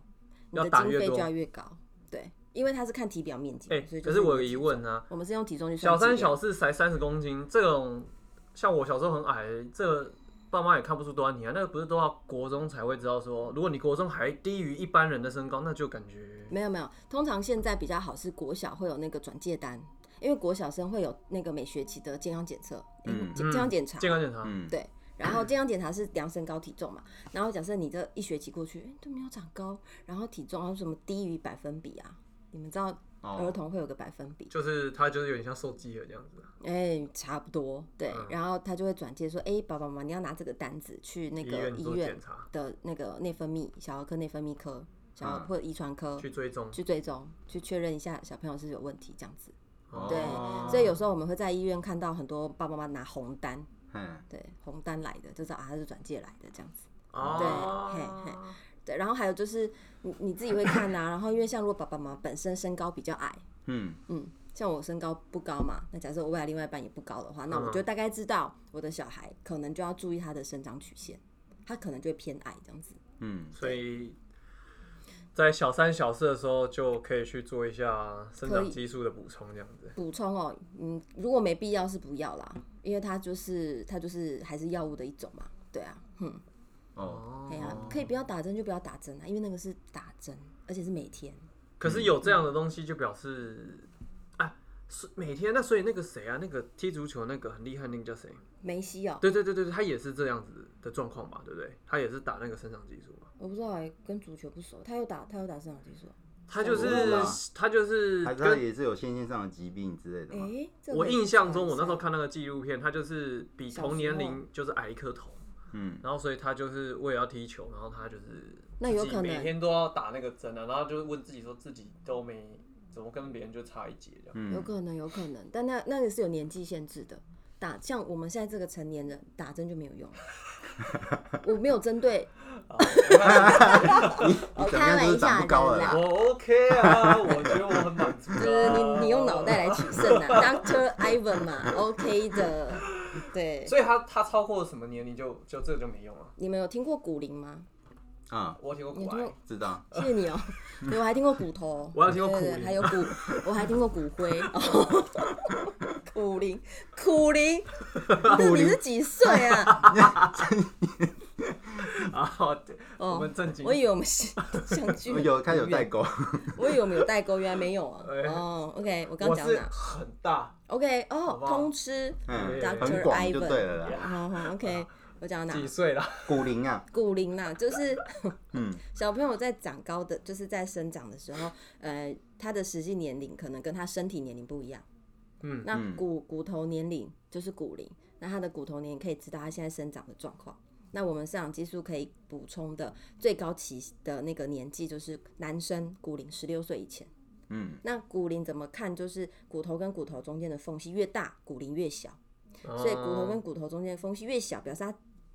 [SPEAKER 3] 你的
[SPEAKER 1] 要打
[SPEAKER 3] 经
[SPEAKER 1] 越
[SPEAKER 3] 费就
[SPEAKER 1] 多
[SPEAKER 3] 要越高，对，因为它是看体表面积嘛，
[SPEAKER 1] 哎
[SPEAKER 3] 所以，就
[SPEAKER 1] 可是我有个
[SPEAKER 3] 你的
[SPEAKER 1] 疑
[SPEAKER 3] 体
[SPEAKER 1] 问
[SPEAKER 3] 重，
[SPEAKER 1] 呢，
[SPEAKER 3] 我们是用体重去算
[SPEAKER 1] 小三
[SPEAKER 3] 剂量
[SPEAKER 1] 小四才三十公斤，这种像我小时候很矮，这个爸妈也看不出端倪啊。那个不是都要国中才会知道说，如果你国中还低于一般人的身高，那就感觉
[SPEAKER 3] 没有没有，通常现在比较好是国小会有那个转介单，因为国小生会有那个每学期的健康检测，诶
[SPEAKER 2] 嗯
[SPEAKER 3] 健健康检查，
[SPEAKER 1] 健康检查。
[SPEAKER 2] 嗯，
[SPEAKER 3] 对，然后健康检查是量身高体重嘛，然后假设你这一学期过去，诶都没有长高，然后体重还有啊什么低于百分比啊？你们知道儿
[SPEAKER 2] 哦，
[SPEAKER 3] 童会有个百分比，
[SPEAKER 1] 就是他就是有点像受饥了这样子，啊
[SPEAKER 3] 哎、差不多，对。
[SPEAKER 1] 嗯
[SPEAKER 3] 然后他就会转介说，哎、爸爸妈妈，你要拿这个单子去那
[SPEAKER 1] 医
[SPEAKER 3] 个
[SPEAKER 1] 院
[SPEAKER 3] 医
[SPEAKER 1] 做检
[SPEAKER 3] 院
[SPEAKER 1] 查
[SPEAKER 3] 的那个内分泌小儿科、内分泌科、小儿
[SPEAKER 2] 嗯
[SPEAKER 3] 或者遗传科
[SPEAKER 1] 去追踪。
[SPEAKER 3] 去追踪，去确认一下小朋友是不是有问题这样子。对
[SPEAKER 1] 哦，
[SPEAKER 3] 所以有时候我们会在医院看到很多爸爸妈妈拿红单，
[SPEAKER 2] 嗯，
[SPEAKER 3] 对，红单来的，就知道啊，他是转介来的这样子。
[SPEAKER 1] 哦
[SPEAKER 3] 对嘿嘿对，然后还有就是你你自己会看啊，然后因为像如果爸爸妈妈本身身高比较矮，
[SPEAKER 2] 嗯，
[SPEAKER 3] 嗯，像我身高不高嘛，那假设我未来另外一半也不高的话，那
[SPEAKER 1] 嗯
[SPEAKER 3] 我就大概知道我的小孩可能就要注意他的生长曲线，他可能就会偏矮这样子。
[SPEAKER 2] 嗯，
[SPEAKER 1] 所以在小三小四的时候就可以去做一下生
[SPEAKER 3] 可
[SPEAKER 1] 长
[SPEAKER 3] 以
[SPEAKER 1] 激素的补充，这样子。
[SPEAKER 3] 补充哦，嗯，如果没必要是不要啦，因为它就是它就是还是药物的一种嘛，对啊，嗯，
[SPEAKER 2] 哦，
[SPEAKER 3] 哎呀、可以不要打针就不要打针啊，因为那个是打针，而且是每天。
[SPEAKER 1] 可是有这样的东西，就表示啊，是每天那所以那个谁啊，那个踢足球那个很厉害，那个叫谁？
[SPEAKER 3] 梅西哦，
[SPEAKER 1] 对对对对，对他也是这样子的状况吧，对不对？他也是打那个生长激素嘛，
[SPEAKER 3] 我不知道哎、跟足球不熟，他有打他有打生长激素，哦
[SPEAKER 1] 他就是
[SPEAKER 2] 我不知道啊
[SPEAKER 1] 他就是
[SPEAKER 2] 还是他
[SPEAKER 1] 跟
[SPEAKER 2] 也是有先天上的疾病之类的
[SPEAKER 3] 哎、
[SPEAKER 2] 嘛？
[SPEAKER 3] 这
[SPEAKER 1] 啊
[SPEAKER 3] 个
[SPEAKER 1] 我
[SPEAKER 3] 也
[SPEAKER 1] 印
[SPEAKER 3] 是
[SPEAKER 1] 象
[SPEAKER 3] 查
[SPEAKER 1] 中，
[SPEAKER 3] 一
[SPEAKER 1] 我那时候
[SPEAKER 3] 下
[SPEAKER 1] 看那个纪录片，他就是比
[SPEAKER 3] 小时候
[SPEAKER 1] 同年龄就是矮一颗头，
[SPEAKER 2] 嗯，
[SPEAKER 1] 然后所以他就是为了要踢球，然后他就是
[SPEAKER 3] 那有
[SPEAKER 1] 自己
[SPEAKER 3] 可
[SPEAKER 1] 每
[SPEAKER 3] 能
[SPEAKER 1] 天都要打那个针啊，然后就是问自己说自己都没怎么跟别人就差一截 这样。
[SPEAKER 2] 嗯
[SPEAKER 3] 有可能，有可能，但那那个是有年纪限制的。打像我们现在这个成年人打针就没有用，我没有 针对，
[SPEAKER 2] 你
[SPEAKER 3] 我
[SPEAKER 2] 怎么
[SPEAKER 3] 开
[SPEAKER 2] 样
[SPEAKER 3] 玩
[SPEAKER 2] 就是长
[SPEAKER 3] 笑
[SPEAKER 2] 不
[SPEAKER 3] 的
[SPEAKER 2] 高了
[SPEAKER 3] 啦
[SPEAKER 2] 啦。
[SPEAKER 1] 我 OK 啊，我觉得我很满足、啊。
[SPEAKER 3] 就是你你用脑袋来取胜啊，Doctor Ivan 嘛，OK 的，对。
[SPEAKER 1] 所以他他超过什么年龄就就这个就没用了。
[SPEAKER 3] 你们有听过骨龄吗？
[SPEAKER 2] 啊，
[SPEAKER 1] 我听过骨
[SPEAKER 3] 你有听过
[SPEAKER 1] 癌，？
[SPEAKER 2] 知道，
[SPEAKER 3] 谢谢 你哦、对，我还听过骨头，哦
[SPEAKER 1] 我还有听过
[SPEAKER 3] 对对
[SPEAKER 1] 骨
[SPEAKER 3] 对
[SPEAKER 1] 龄
[SPEAKER 3] 还有骨，我还听过骨灰。 哦苦灵，苦灵，你是你是几岁啊？
[SPEAKER 1] 啊，对，
[SPEAKER 3] 哦
[SPEAKER 1] 我们正经
[SPEAKER 3] 我以为我们是 相距很
[SPEAKER 2] 哦有他有代 沟，
[SPEAKER 3] 我以为我们有代沟，原来没有啊
[SPEAKER 1] 哎。
[SPEAKER 3] 哦，OK，我刚
[SPEAKER 1] 我
[SPEAKER 3] 讲到
[SPEAKER 1] 是
[SPEAKER 3] 哪
[SPEAKER 1] 很大，
[SPEAKER 3] ？OK，
[SPEAKER 1] 好
[SPEAKER 3] 哦
[SPEAKER 1] 不，好
[SPEAKER 3] 通吃。
[SPEAKER 2] 嗯，
[SPEAKER 1] Dr.
[SPEAKER 2] 很广就
[SPEAKER 3] Ivan
[SPEAKER 2] 对了啦。
[SPEAKER 3] 好好，OK，我讲到
[SPEAKER 1] 几
[SPEAKER 3] 哪？
[SPEAKER 1] 岁了？
[SPEAKER 2] 骨龄啊，
[SPEAKER 3] 骨龄啦，就是
[SPEAKER 2] 嗯，
[SPEAKER 3] 小朋友在长高的，就是在生长的时候，呃，他的实际年龄可能跟他身体年龄不一样。
[SPEAKER 1] 嗯
[SPEAKER 3] 那
[SPEAKER 2] 嗯
[SPEAKER 3] 骨骨头年龄就是骨龄，那它的骨头年可以知道它现在生长的状况。那我们生长激素可以补充的最高期的那个年纪就是男生骨龄十六岁以前。
[SPEAKER 2] 嗯，
[SPEAKER 3] 那骨龄怎么看？就是骨头跟骨头中间的缝隙越大，骨龄越小。所
[SPEAKER 1] 所
[SPEAKER 3] 以骨头跟骨头中间的缝隙越小，表示它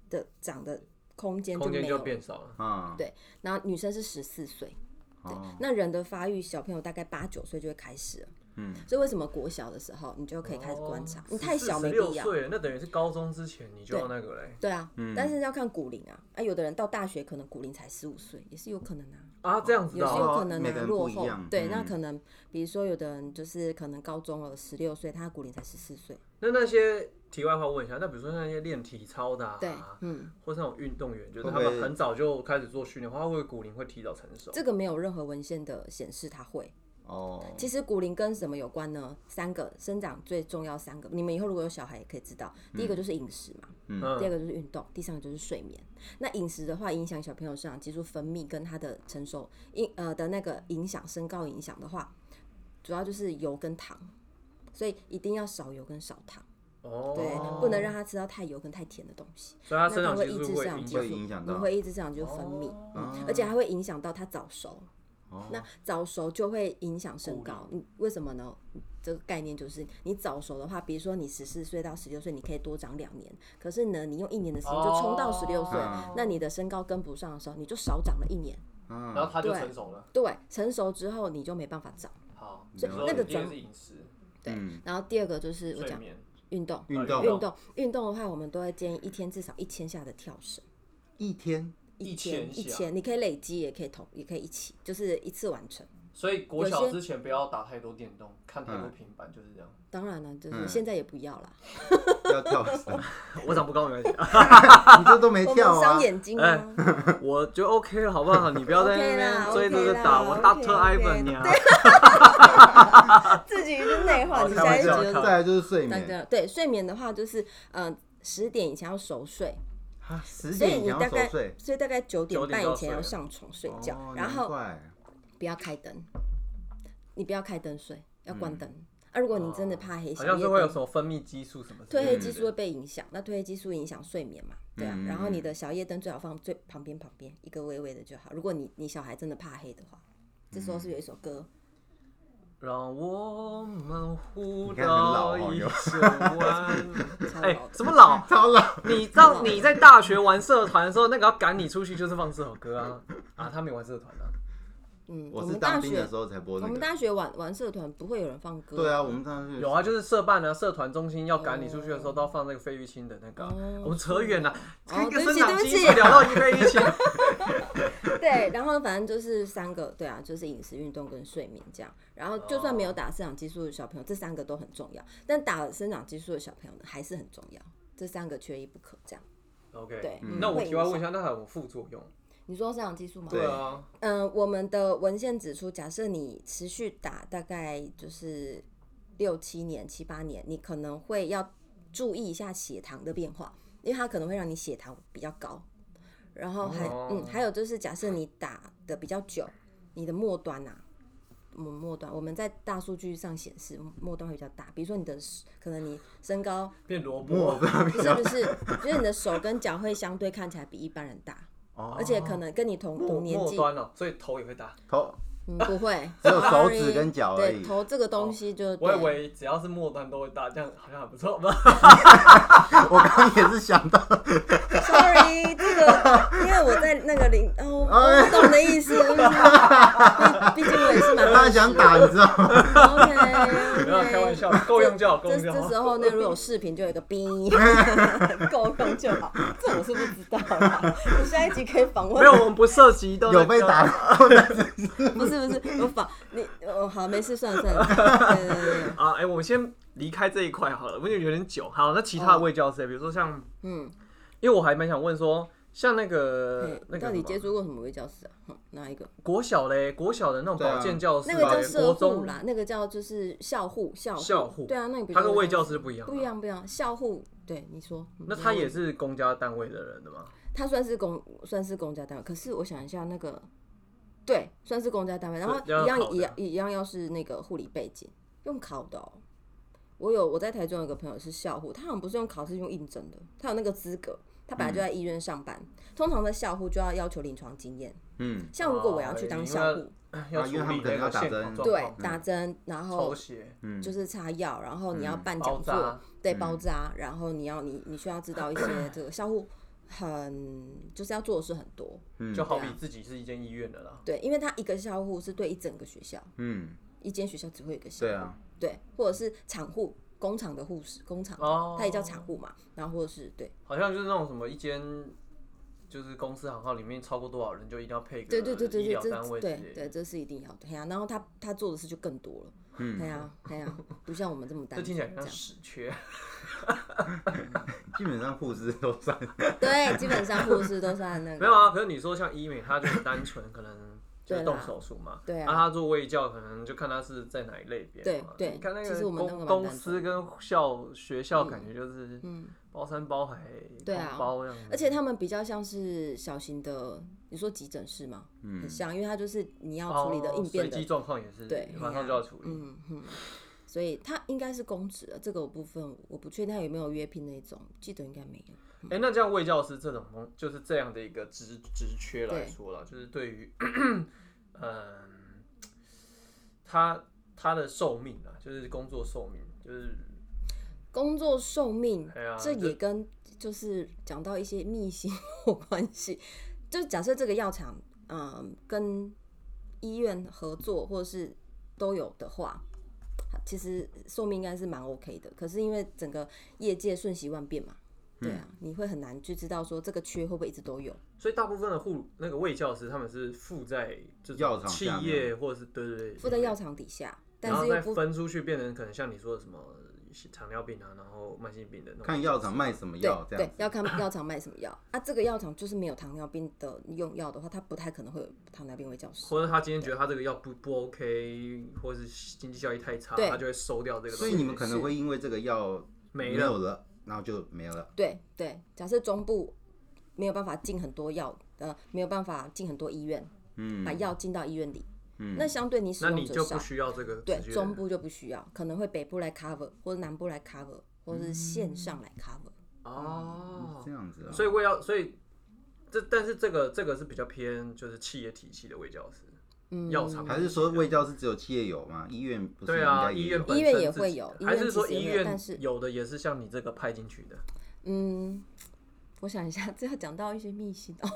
[SPEAKER 3] 的长的空间 就
[SPEAKER 1] 空间
[SPEAKER 3] 没
[SPEAKER 1] 就
[SPEAKER 3] 有。
[SPEAKER 1] 变少了。
[SPEAKER 2] 啊，
[SPEAKER 3] 对然后女生是十四岁，对
[SPEAKER 2] 哦，
[SPEAKER 3] 那人的发育，小朋友大概八九岁就会开始了。
[SPEAKER 2] 嗯，
[SPEAKER 3] 所以为什么国小的时候你就可以开始观
[SPEAKER 1] 哦
[SPEAKER 3] 察？你太小没
[SPEAKER 1] 六
[SPEAKER 3] 必要。
[SPEAKER 1] 岁了，那等于是高中之前你就要那个嘞
[SPEAKER 3] 对啊，
[SPEAKER 2] 嗯
[SPEAKER 3] 但是要看骨龄啊，啊，有的人到大学可能骨龄才十五岁，也是有可能啊，
[SPEAKER 1] 啊，这样子
[SPEAKER 3] 有
[SPEAKER 1] 的
[SPEAKER 3] 些
[SPEAKER 1] 哦
[SPEAKER 3] 有可能
[SPEAKER 2] 每个
[SPEAKER 3] 啊
[SPEAKER 2] 人
[SPEAKER 3] 落
[SPEAKER 2] 不一
[SPEAKER 3] 后
[SPEAKER 2] 样，
[SPEAKER 3] 对，
[SPEAKER 2] 嗯
[SPEAKER 3] 那可能比如说有的人就是可能高中了十六岁，他骨龄才十四岁，
[SPEAKER 1] 那那些题外话问一下，那比如说那些练体操的、啊，
[SPEAKER 3] 对，嗯，
[SPEAKER 1] 或是那种运动员，就是
[SPEAKER 2] 会
[SPEAKER 1] 他
[SPEAKER 2] 不会
[SPEAKER 1] 们很早就开始做训练的话，会不会骨龄会提早成熟？
[SPEAKER 3] 这个没有任何文献的显示他会，
[SPEAKER 2] 哦，
[SPEAKER 3] 其实骨龄跟什么有关呢？三个生长最重要三个，你们以后如果有小孩也可以知道。第一
[SPEAKER 2] 嗯
[SPEAKER 3] 个就是饮食嘛，第二
[SPEAKER 1] 嗯，
[SPEAKER 3] 个就是运动，第三个就是睡眠。那饮食的话，影响小朋友生长激素分泌跟他的成熟影呃的那个影响身高影响的话，主要就是油跟糖，所以一定要少油跟少糖，
[SPEAKER 1] 哦，
[SPEAKER 3] 对，不能让他吃到太油跟太甜的东西。
[SPEAKER 1] 所以他生长激
[SPEAKER 3] 那它会抑
[SPEAKER 1] 素
[SPEAKER 3] 制
[SPEAKER 1] 会
[SPEAKER 3] 生长
[SPEAKER 1] 影
[SPEAKER 3] 激
[SPEAKER 1] 响
[SPEAKER 2] 会影响
[SPEAKER 3] 你
[SPEAKER 2] 到
[SPEAKER 3] 会抑制生长激素分泌，
[SPEAKER 1] 哦
[SPEAKER 3] 嗯，而且还会影响到他早熟。
[SPEAKER 2] 哦
[SPEAKER 3] 那早熟就会影响身高，你为什么呢？这个概念就是，你早熟的话，比如说你十四岁到十六岁，你可以多长两年。可是呢，你用一年的时间就冲到十六岁
[SPEAKER 1] 哦，
[SPEAKER 3] 那你的身高跟不上的时候，你就少长了一年。
[SPEAKER 2] 嗯
[SPEAKER 1] 然后他就
[SPEAKER 3] 对
[SPEAKER 1] 成熟了。
[SPEAKER 3] 对，成熟之后你就没办法长。
[SPEAKER 1] 好，
[SPEAKER 3] 所以
[SPEAKER 1] 你说
[SPEAKER 3] 那个
[SPEAKER 1] 第一
[SPEAKER 3] 转
[SPEAKER 1] 是饮食、
[SPEAKER 3] 对
[SPEAKER 2] 嗯，
[SPEAKER 3] 然后第二个就是我
[SPEAKER 1] 睡
[SPEAKER 3] 讲
[SPEAKER 1] 眠，
[SPEAKER 3] 运动，
[SPEAKER 2] 运
[SPEAKER 1] 动
[SPEAKER 3] 运动，运动的话，我们都会建议一天至少一千下的跳绳，
[SPEAKER 2] 一天
[SPEAKER 1] 一
[SPEAKER 3] 千
[SPEAKER 1] 千
[SPEAKER 3] 一
[SPEAKER 1] 下
[SPEAKER 3] 千，你可以累积，也可以同，也可以一起，就是一次完成。
[SPEAKER 1] 所以国小
[SPEAKER 3] 有些
[SPEAKER 1] 之前不要打太多电动，看太多平板，就是这样。
[SPEAKER 3] 当然了，就是
[SPEAKER 2] 嗯
[SPEAKER 3] 现在也不要啦，
[SPEAKER 2] 要跳绳，
[SPEAKER 1] 我长不高没关系 啊，
[SPEAKER 2] 你这都没
[SPEAKER 3] 我们
[SPEAKER 2] 跳啊
[SPEAKER 3] 伤？眼睛啊。
[SPEAKER 1] 我觉得 OK 了，好不好？你不要在那
[SPEAKER 3] OK 啦
[SPEAKER 1] 边追着
[SPEAKER 3] OK 啦
[SPEAKER 1] 打，我
[SPEAKER 3] OK，OK，
[SPEAKER 1] Doctor Ivan 呀。
[SPEAKER 3] 自己就是内化，
[SPEAKER 2] 哦
[SPEAKER 1] 好
[SPEAKER 3] 你
[SPEAKER 1] 开
[SPEAKER 3] 下
[SPEAKER 1] 玩
[SPEAKER 3] 一集
[SPEAKER 1] 笑开
[SPEAKER 3] 就是
[SPEAKER 1] 玩
[SPEAKER 2] 再来就是睡
[SPEAKER 3] 对
[SPEAKER 2] 眠，
[SPEAKER 3] 对对，睡眠的话就是呃十点以前要熟睡，
[SPEAKER 2] 哈，十
[SPEAKER 3] 所以
[SPEAKER 2] 点以前
[SPEAKER 3] 你大
[SPEAKER 2] 要
[SPEAKER 3] 概
[SPEAKER 2] 熟睡，
[SPEAKER 3] 所以大概九点半以前
[SPEAKER 1] 9点就要睡
[SPEAKER 3] 要
[SPEAKER 1] 了
[SPEAKER 3] 上床睡觉，
[SPEAKER 2] 哦
[SPEAKER 3] 然
[SPEAKER 2] 难
[SPEAKER 3] 后
[SPEAKER 2] 怪
[SPEAKER 3] 不要开灯，你不要开灯睡，要关灯。啊，如果你真的怕黑，
[SPEAKER 1] 哦好
[SPEAKER 3] 小
[SPEAKER 1] 像
[SPEAKER 3] 夜
[SPEAKER 1] 是会有
[SPEAKER 3] 灯
[SPEAKER 1] 什么嗯分泌激素什么之
[SPEAKER 3] 褪
[SPEAKER 1] 类的
[SPEAKER 3] 黑激素会被影响，那褪黑激素影响睡眠嘛，对啊。
[SPEAKER 2] 嗯
[SPEAKER 3] 然后你的小夜灯最好放最旁边旁边一个微微的就好。如果你你小孩真的怕黑的话，这时候是有一首歌，
[SPEAKER 1] 让我们互
[SPEAKER 2] 你看很老
[SPEAKER 1] 道
[SPEAKER 2] 哦
[SPEAKER 1] 一
[SPEAKER 2] 有
[SPEAKER 1] 声 晚
[SPEAKER 3] 超
[SPEAKER 1] 安。哎
[SPEAKER 3] 老，的
[SPEAKER 1] 什么老？
[SPEAKER 2] 超老，
[SPEAKER 1] 你知 道你在大学玩社团的时候，那个要赶你出去就是放这首歌啊啊！他没玩社团啊，
[SPEAKER 3] 嗯，我
[SPEAKER 2] 我是
[SPEAKER 3] 们
[SPEAKER 2] 当
[SPEAKER 3] 大
[SPEAKER 2] 兵的
[SPEAKER 3] 学
[SPEAKER 2] 时候才播
[SPEAKER 3] 我
[SPEAKER 2] 那
[SPEAKER 3] 们
[SPEAKER 2] 个，
[SPEAKER 3] 大学玩玩社团不会有人放歌，
[SPEAKER 2] 对啊，我们当时
[SPEAKER 1] 有啊，就是社办啊、社团中心要赶你出去的时候，都要放那个费玉清的那个啊。
[SPEAKER 3] 哦
[SPEAKER 1] 我们扯远了，
[SPEAKER 3] 哦
[SPEAKER 1] 这个
[SPEAKER 3] 对不
[SPEAKER 1] 生
[SPEAKER 3] 起
[SPEAKER 1] 长
[SPEAKER 3] 对不
[SPEAKER 1] 激
[SPEAKER 3] 起
[SPEAKER 1] 素聊到一费玉清，
[SPEAKER 3] 对，然后反正就是三个，对啊，就是饮食、运动跟睡眠这样。然后就算没有打生长激素的小朋友，这三个都很重要，但打了生长激素的小朋友呢，还是很重要，这三个缺一不可。这样，
[SPEAKER 1] OK，
[SPEAKER 3] 对
[SPEAKER 1] 嗯那我
[SPEAKER 3] 会
[SPEAKER 1] 题外
[SPEAKER 3] 影
[SPEAKER 1] 问一下，那还有没有副作用？
[SPEAKER 3] 你说生长激素吗？
[SPEAKER 2] 对
[SPEAKER 1] 啊，
[SPEAKER 3] 嗯、我们的文献指出，假设你持续打大概就是六七年、七八年，你可能会要注意一下血糖的变化，因为它可能会让你血糖比较高。然后还、
[SPEAKER 1] 哦
[SPEAKER 3] 嗯，还有就是，假设你打的比较久，你的末端呐、啊，我们末端我们在大数据上显示末端会比较大，比如说你的可能你身高
[SPEAKER 1] 变萝
[SPEAKER 2] 我
[SPEAKER 1] 卜
[SPEAKER 2] 不知道
[SPEAKER 3] 不 是不 是，就是你的手跟脚会相对看起来比一般人大，
[SPEAKER 2] 哦
[SPEAKER 3] 而且可能跟你同
[SPEAKER 1] 末
[SPEAKER 3] 同年
[SPEAKER 1] 末
[SPEAKER 3] 纪
[SPEAKER 1] 端了，所以头也会大。
[SPEAKER 2] 头
[SPEAKER 3] 嗯，不会，
[SPEAKER 2] 只有手
[SPEAKER 3] sorry
[SPEAKER 2] 指跟脚而已
[SPEAKER 3] 对，头这个东西就
[SPEAKER 1] 我
[SPEAKER 3] 呃对
[SPEAKER 1] 以为只要是末端都会大，这样好像还不错。
[SPEAKER 2] 我刚刚也是想到，
[SPEAKER 3] ，sorry，这个因为我在那个零， 哦，我懂的意思，就是毕毕竟我也是蛮
[SPEAKER 2] 他想打，你知道吗？
[SPEAKER 3] ，OK，
[SPEAKER 1] 没有开玩笑，够用就好，够
[SPEAKER 3] 这
[SPEAKER 1] 用就
[SPEAKER 3] 这
[SPEAKER 1] 好
[SPEAKER 3] 时。候呢，如果有视频就有一个冰， 够用就好。这我是不知道啦，我下一集可以访问。
[SPEAKER 1] 没有，我们不涉及到那
[SPEAKER 2] 有
[SPEAKER 1] 个
[SPEAKER 2] 被 打，
[SPEAKER 3] 不是不是，我访你，哦，好，没事，算了算了。对对对对，
[SPEAKER 1] 啊。哎，我们先离开这一块好了，因为有点久。好，那其他的卫教师，比如说像，
[SPEAKER 3] 嗯，
[SPEAKER 1] 因为我还蛮想问说，像那个
[SPEAKER 3] 对
[SPEAKER 1] 呃那个什
[SPEAKER 3] 到底
[SPEAKER 1] 么
[SPEAKER 3] 嗯接触过什么微教室啊？哼哪一个？
[SPEAKER 1] 国小嘞，国小的那种
[SPEAKER 2] 对啊
[SPEAKER 1] 保健教师
[SPEAKER 3] 那
[SPEAKER 1] 嘞，
[SPEAKER 3] 个叫社
[SPEAKER 1] 国
[SPEAKER 3] 护
[SPEAKER 1] 中
[SPEAKER 3] 啦，那个叫就是校护，校
[SPEAKER 1] 校护
[SPEAKER 3] 对啊，那你不
[SPEAKER 1] 他跟卫
[SPEAKER 3] 卫
[SPEAKER 1] 教师不一样吗
[SPEAKER 3] 不一样，不一样。校护，对你说，嗯
[SPEAKER 1] 那他也是公家单位的人的嘛？
[SPEAKER 3] 他算是公算是公家单位，可是我想一下那个，对，算是公家单位，然后
[SPEAKER 1] 要
[SPEAKER 3] 一样
[SPEAKER 1] 考的
[SPEAKER 3] 一样一样要是那个护理背景，用考的哦。我有我在台中有个朋友是校护，他好像不是用考试用应征的，他有那个资格，他
[SPEAKER 1] 嗯
[SPEAKER 3] 本来就在医院上班。通常的校护就要要求临床经验，
[SPEAKER 2] 嗯，
[SPEAKER 3] 像如果我要去当校护，
[SPEAKER 1] 哦要
[SPEAKER 2] 啊
[SPEAKER 1] 处
[SPEAKER 2] 因为他
[SPEAKER 1] 理
[SPEAKER 2] 们可
[SPEAKER 1] 那
[SPEAKER 2] 能要
[SPEAKER 1] 个
[SPEAKER 2] 打
[SPEAKER 1] 现
[SPEAKER 2] 针
[SPEAKER 1] 场
[SPEAKER 2] 哦
[SPEAKER 1] 状
[SPEAKER 3] 对
[SPEAKER 1] 况，
[SPEAKER 3] 打针，然后
[SPEAKER 1] 抽血，
[SPEAKER 3] 就是擦药，然后你要办
[SPEAKER 1] 嗯包
[SPEAKER 3] 讲座，
[SPEAKER 1] 扎嗯
[SPEAKER 3] 对，包扎，然后你要你你需要知道一些这个校护很就是要做的事很多，
[SPEAKER 1] 就好
[SPEAKER 3] 对
[SPEAKER 1] 比
[SPEAKER 3] 啊
[SPEAKER 1] 自己是一间医院的啦。
[SPEAKER 3] 对，因为他一个校护是对一整个学校，
[SPEAKER 2] 嗯，
[SPEAKER 3] 一间学校只会有一个校
[SPEAKER 2] 对
[SPEAKER 3] 护，
[SPEAKER 2] 啊，
[SPEAKER 3] 对，或者是产护工厂的护士，工厂
[SPEAKER 1] 哦，
[SPEAKER 3] 它也叫产护嘛，然后或者是对
[SPEAKER 1] 好像就是那种什么一间就是公司行号里面超过多少人就一定要配个
[SPEAKER 3] 对对对对
[SPEAKER 1] 嗯医
[SPEAKER 3] 对，
[SPEAKER 1] 疗
[SPEAKER 3] 这
[SPEAKER 1] 单位之类
[SPEAKER 3] 对
[SPEAKER 1] 的
[SPEAKER 3] 对这是一定要的，哎呀、然后他他做的事就更多了，
[SPEAKER 2] 嗯
[SPEAKER 3] 哎呀哎呀，不像我们这么
[SPEAKER 1] 这
[SPEAKER 3] 单
[SPEAKER 1] 听起
[SPEAKER 3] 纯这
[SPEAKER 1] 来很像
[SPEAKER 3] 样，
[SPEAKER 1] 屎缺，
[SPEAKER 2] 基本上护士都算，
[SPEAKER 3] 对，基本上护士都是按那
[SPEAKER 1] 没
[SPEAKER 3] 个，
[SPEAKER 1] 有啊。可是你说像医美，它就很单纯，可能就是
[SPEAKER 3] 对啦
[SPEAKER 1] 动手术嘛。
[SPEAKER 3] 对啊
[SPEAKER 1] 那他做微教，可能就看他是在哪一类别嘛。
[SPEAKER 3] 对对
[SPEAKER 1] 你看那
[SPEAKER 3] 其实
[SPEAKER 1] 个
[SPEAKER 3] 我们那个
[SPEAKER 1] 公
[SPEAKER 3] 蛮
[SPEAKER 1] 公
[SPEAKER 3] 单
[SPEAKER 1] 司跟校学校，感觉就是
[SPEAKER 3] 嗯，
[SPEAKER 1] 包山包海，
[SPEAKER 3] 对啊
[SPEAKER 1] 同包这样子。
[SPEAKER 3] 而且他们比较像是小型的，你说急诊室嘛，很像，因为它就是你要处理的
[SPEAKER 1] 嗯哦
[SPEAKER 3] 应变的
[SPEAKER 1] 随机状况也是，
[SPEAKER 3] 对，
[SPEAKER 1] 马
[SPEAKER 3] 嘿啊
[SPEAKER 1] 上就要处理。
[SPEAKER 3] 嗯哼，所以他应该是公职的，这个部分我不确定他有没有约聘那种，记得应该没有。
[SPEAKER 1] 哎、那这样卫教师这种东，就是这样的一个职职缺来说了，就是对于，嗯，他他的寿命啊，就是工作寿命，就是
[SPEAKER 3] 工作寿命，
[SPEAKER 1] 哎呀
[SPEAKER 3] 这
[SPEAKER 1] 这
[SPEAKER 3] 也跟就是讲到一些秘辛有关系。就假设这个药厂，嗯，跟医院合作或者是都有的话，其实寿命应该是蛮 OK 的。可是因为整个业界瞬息万变嘛，对啊，
[SPEAKER 1] 嗯
[SPEAKER 3] 你会很难去知道说这个缺会不会一直都有。
[SPEAKER 1] 所以大部分的护那个卫教师他们是附在这
[SPEAKER 2] 药
[SPEAKER 1] 种
[SPEAKER 2] 厂
[SPEAKER 1] 企
[SPEAKER 2] 下面
[SPEAKER 1] 业或者是对对对
[SPEAKER 3] 附在药厂底下，但
[SPEAKER 1] 然后
[SPEAKER 3] 是
[SPEAKER 1] 再
[SPEAKER 3] 又不
[SPEAKER 1] 分出去变成可能像你说的什么糖尿病啊，然后慢性病的那种
[SPEAKER 2] 看药厂卖什么
[SPEAKER 3] 对
[SPEAKER 2] 药这
[SPEAKER 3] 对
[SPEAKER 2] 样，，
[SPEAKER 3] 要看药厂卖什么药啊。这个药厂就是没有糖尿病的用药的话，它不太可能会有糖尿病卫 教师。
[SPEAKER 1] 或者他今天觉得他这个药不不 OK，或是经济效益太差，
[SPEAKER 3] 对
[SPEAKER 1] 他就会收掉这个东西。
[SPEAKER 2] 所以你们可能会因为这个药
[SPEAKER 1] 没了
[SPEAKER 2] 有了，然后就没了，
[SPEAKER 3] 对对，假设中部没有办法进很多药，呃，没有办法进很多医院，
[SPEAKER 2] 嗯
[SPEAKER 3] 把药进到医院里，
[SPEAKER 2] 嗯
[SPEAKER 3] 那相对你使
[SPEAKER 1] 那
[SPEAKER 3] 用
[SPEAKER 1] 你
[SPEAKER 3] 者
[SPEAKER 1] 就不
[SPEAKER 3] 少，
[SPEAKER 1] 需要这个
[SPEAKER 3] 对
[SPEAKER 1] 职业
[SPEAKER 3] 中部就不需要，可能会北部来 cover，或者南部来 cover，或者是线上来 cover。
[SPEAKER 1] 哦
[SPEAKER 2] 这，样子啊，
[SPEAKER 1] 所以我要，所以这但是这个这个是比较偏就是企业体系的卫教师，
[SPEAKER 3] 嗯
[SPEAKER 1] 药厂
[SPEAKER 2] 还是说卫教是只有企业有吗？医院不是
[SPEAKER 1] 对
[SPEAKER 2] 应
[SPEAKER 1] 啊，
[SPEAKER 2] 该
[SPEAKER 1] 医
[SPEAKER 2] 也
[SPEAKER 1] 院
[SPEAKER 2] 有？
[SPEAKER 1] 本
[SPEAKER 3] 医院
[SPEAKER 1] 身
[SPEAKER 3] 也
[SPEAKER 1] 自
[SPEAKER 3] 会
[SPEAKER 1] 己
[SPEAKER 3] 有
[SPEAKER 1] 的
[SPEAKER 3] 医
[SPEAKER 1] 还
[SPEAKER 3] 院
[SPEAKER 1] 是
[SPEAKER 3] 其
[SPEAKER 1] 说
[SPEAKER 3] 实也
[SPEAKER 1] 医
[SPEAKER 3] 有
[SPEAKER 1] 院
[SPEAKER 3] 但是
[SPEAKER 1] 有的也是像你这个派进去 的，
[SPEAKER 3] 嗯，我想一下，这要讲到一些秘辛 哦，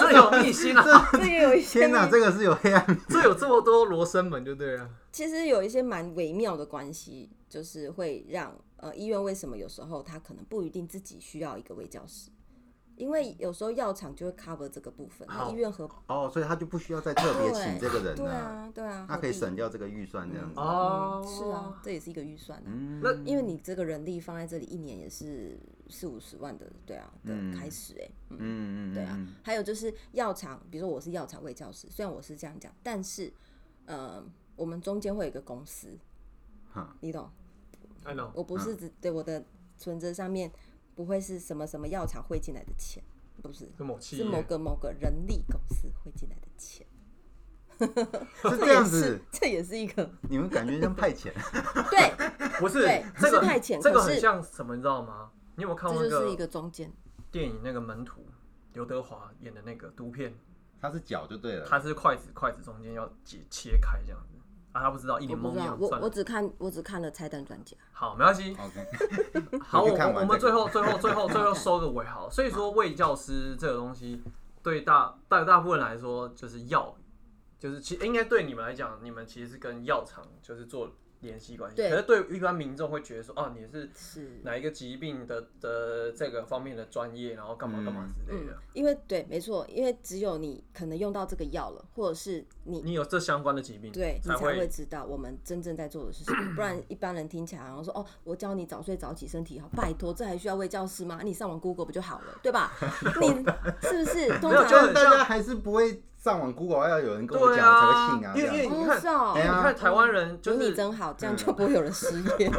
[SPEAKER 1] 这有秘辛啊，
[SPEAKER 3] 这也有一些
[SPEAKER 2] 天哪，
[SPEAKER 3] 秘
[SPEAKER 2] 这个是有黑暗面，
[SPEAKER 1] 这有这么多罗生门就对了，
[SPEAKER 3] 其实有一些蛮微妙的关系，就是会让呃医院为什么有时候他可能不一定自己需要一个卫教师，因为有时候药厂就会 cover 这个部分，
[SPEAKER 1] 好
[SPEAKER 3] 医院和
[SPEAKER 2] 哦，所以他就不需要再特别请这个人
[SPEAKER 3] 对
[SPEAKER 2] 了，
[SPEAKER 3] 啊对啊，
[SPEAKER 2] 他可以
[SPEAKER 3] 何必
[SPEAKER 2] 省掉这个预算这样子，
[SPEAKER 1] 哦
[SPEAKER 3] 嗯，是啊，，这也是一个预算啊，
[SPEAKER 2] 嗯
[SPEAKER 1] 那
[SPEAKER 3] 因为你这个人力放在这里一年也是四五十万的，对啊的
[SPEAKER 2] 嗯
[SPEAKER 3] 开始哎、嗯
[SPEAKER 2] 嗯嗯，
[SPEAKER 3] 对啊， 还有就是药厂，比如说我是药厂卫教师，虽然我是这样讲，但是呃，我们中间会有一个公司
[SPEAKER 2] 哈，
[SPEAKER 3] 你懂？
[SPEAKER 1] ，I know，
[SPEAKER 3] 我不是指对我的存折上面不会是什么什么药厂汇进来的钱，不是，
[SPEAKER 1] 是某企
[SPEAKER 3] 是某
[SPEAKER 1] 业，
[SPEAKER 3] 个某个人力公司汇进来的钱。
[SPEAKER 2] 是这样
[SPEAKER 3] 也
[SPEAKER 2] 子
[SPEAKER 3] 是，，这也是一 个
[SPEAKER 2] 你们感觉像派遣，
[SPEAKER 3] 对，
[SPEAKER 1] 不是
[SPEAKER 3] 对
[SPEAKER 1] 这个
[SPEAKER 3] 不是派遣
[SPEAKER 1] 这个
[SPEAKER 3] 可是
[SPEAKER 1] 很像什么，你知道吗？你有没有看过
[SPEAKER 3] 这
[SPEAKER 1] 那
[SPEAKER 3] 就是一
[SPEAKER 1] 个
[SPEAKER 3] 个中间。
[SPEAKER 1] 电影那个门徒刘德华演的那个毒片？
[SPEAKER 2] 他是脚就对了，
[SPEAKER 1] 他是筷子，筷子中间要切切开这样子啊，他不知道一
[SPEAKER 3] 我
[SPEAKER 1] 脸
[SPEAKER 3] 不
[SPEAKER 1] 懵
[SPEAKER 3] 知道
[SPEAKER 1] 样，，
[SPEAKER 3] 我
[SPEAKER 1] 算
[SPEAKER 3] 我
[SPEAKER 1] 了，
[SPEAKER 3] 只看我只看了拆弹专家，
[SPEAKER 1] 好，没关系。
[SPEAKER 2] OK，
[SPEAKER 3] 嗯
[SPEAKER 1] 好，我
[SPEAKER 2] 回去看
[SPEAKER 1] 我
[SPEAKER 2] 完
[SPEAKER 1] 我们
[SPEAKER 2] 再
[SPEAKER 1] 最后最后最后最后收个尾好，所以说卫教师这个东西对大大大部分来说就是药，就是其应该对你们来讲，你们其实是跟药厂就是做联系关系，
[SPEAKER 3] 对
[SPEAKER 1] 可是对于一般民众会觉得说，哦、你是
[SPEAKER 3] 是
[SPEAKER 1] 哪一个疾病的的这个方面的专业，然后干嘛干嘛之类
[SPEAKER 3] 嗯
[SPEAKER 1] 的，，
[SPEAKER 3] 因为对，没错，因为只有你可能用到这个药了，或者是你
[SPEAKER 1] 你有这相关的疾病，
[SPEAKER 3] 对你
[SPEAKER 1] 才
[SPEAKER 3] 才
[SPEAKER 1] 会
[SPEAKER 3] 会知道我们真正在做的是什么，不 然一般人听起来然后说哦，我教你早睡早起，身体好，拜托，这还需要卫 教师吗？你上网 Google 不就好了，对吧？你是不是通
[SPEAKER 1] 没有
[SPEAKER 3] 常
[SPEAKER 1] 就
[SPEAKER 2] 但
[SPEAKER 1] 很
[SPEAKER 2] 大家还是不会上网 Google 要有人跟我
[SPEAKER 1] 对
[SPEAKER 2] 讲，我
[SPEAKER 1] 啊
[SPEAKER 2] 才会信啊。，
[SPEAKER 1] 因
[SPEAKER 2] 这
[SPEAKER 1] 为因
[SPEAKER 2] 样
[SPEAKER 1] 为你看
[SPEAKER 3] 哦，是哦
[SPEAKER 2] 哎呀
[SPEAKER 1] 你看台湾人就
[SPEAKER 3] 有
[SPEAKER 1] 是
[SPEAKER 3] 你真好，这样就不会有人失业。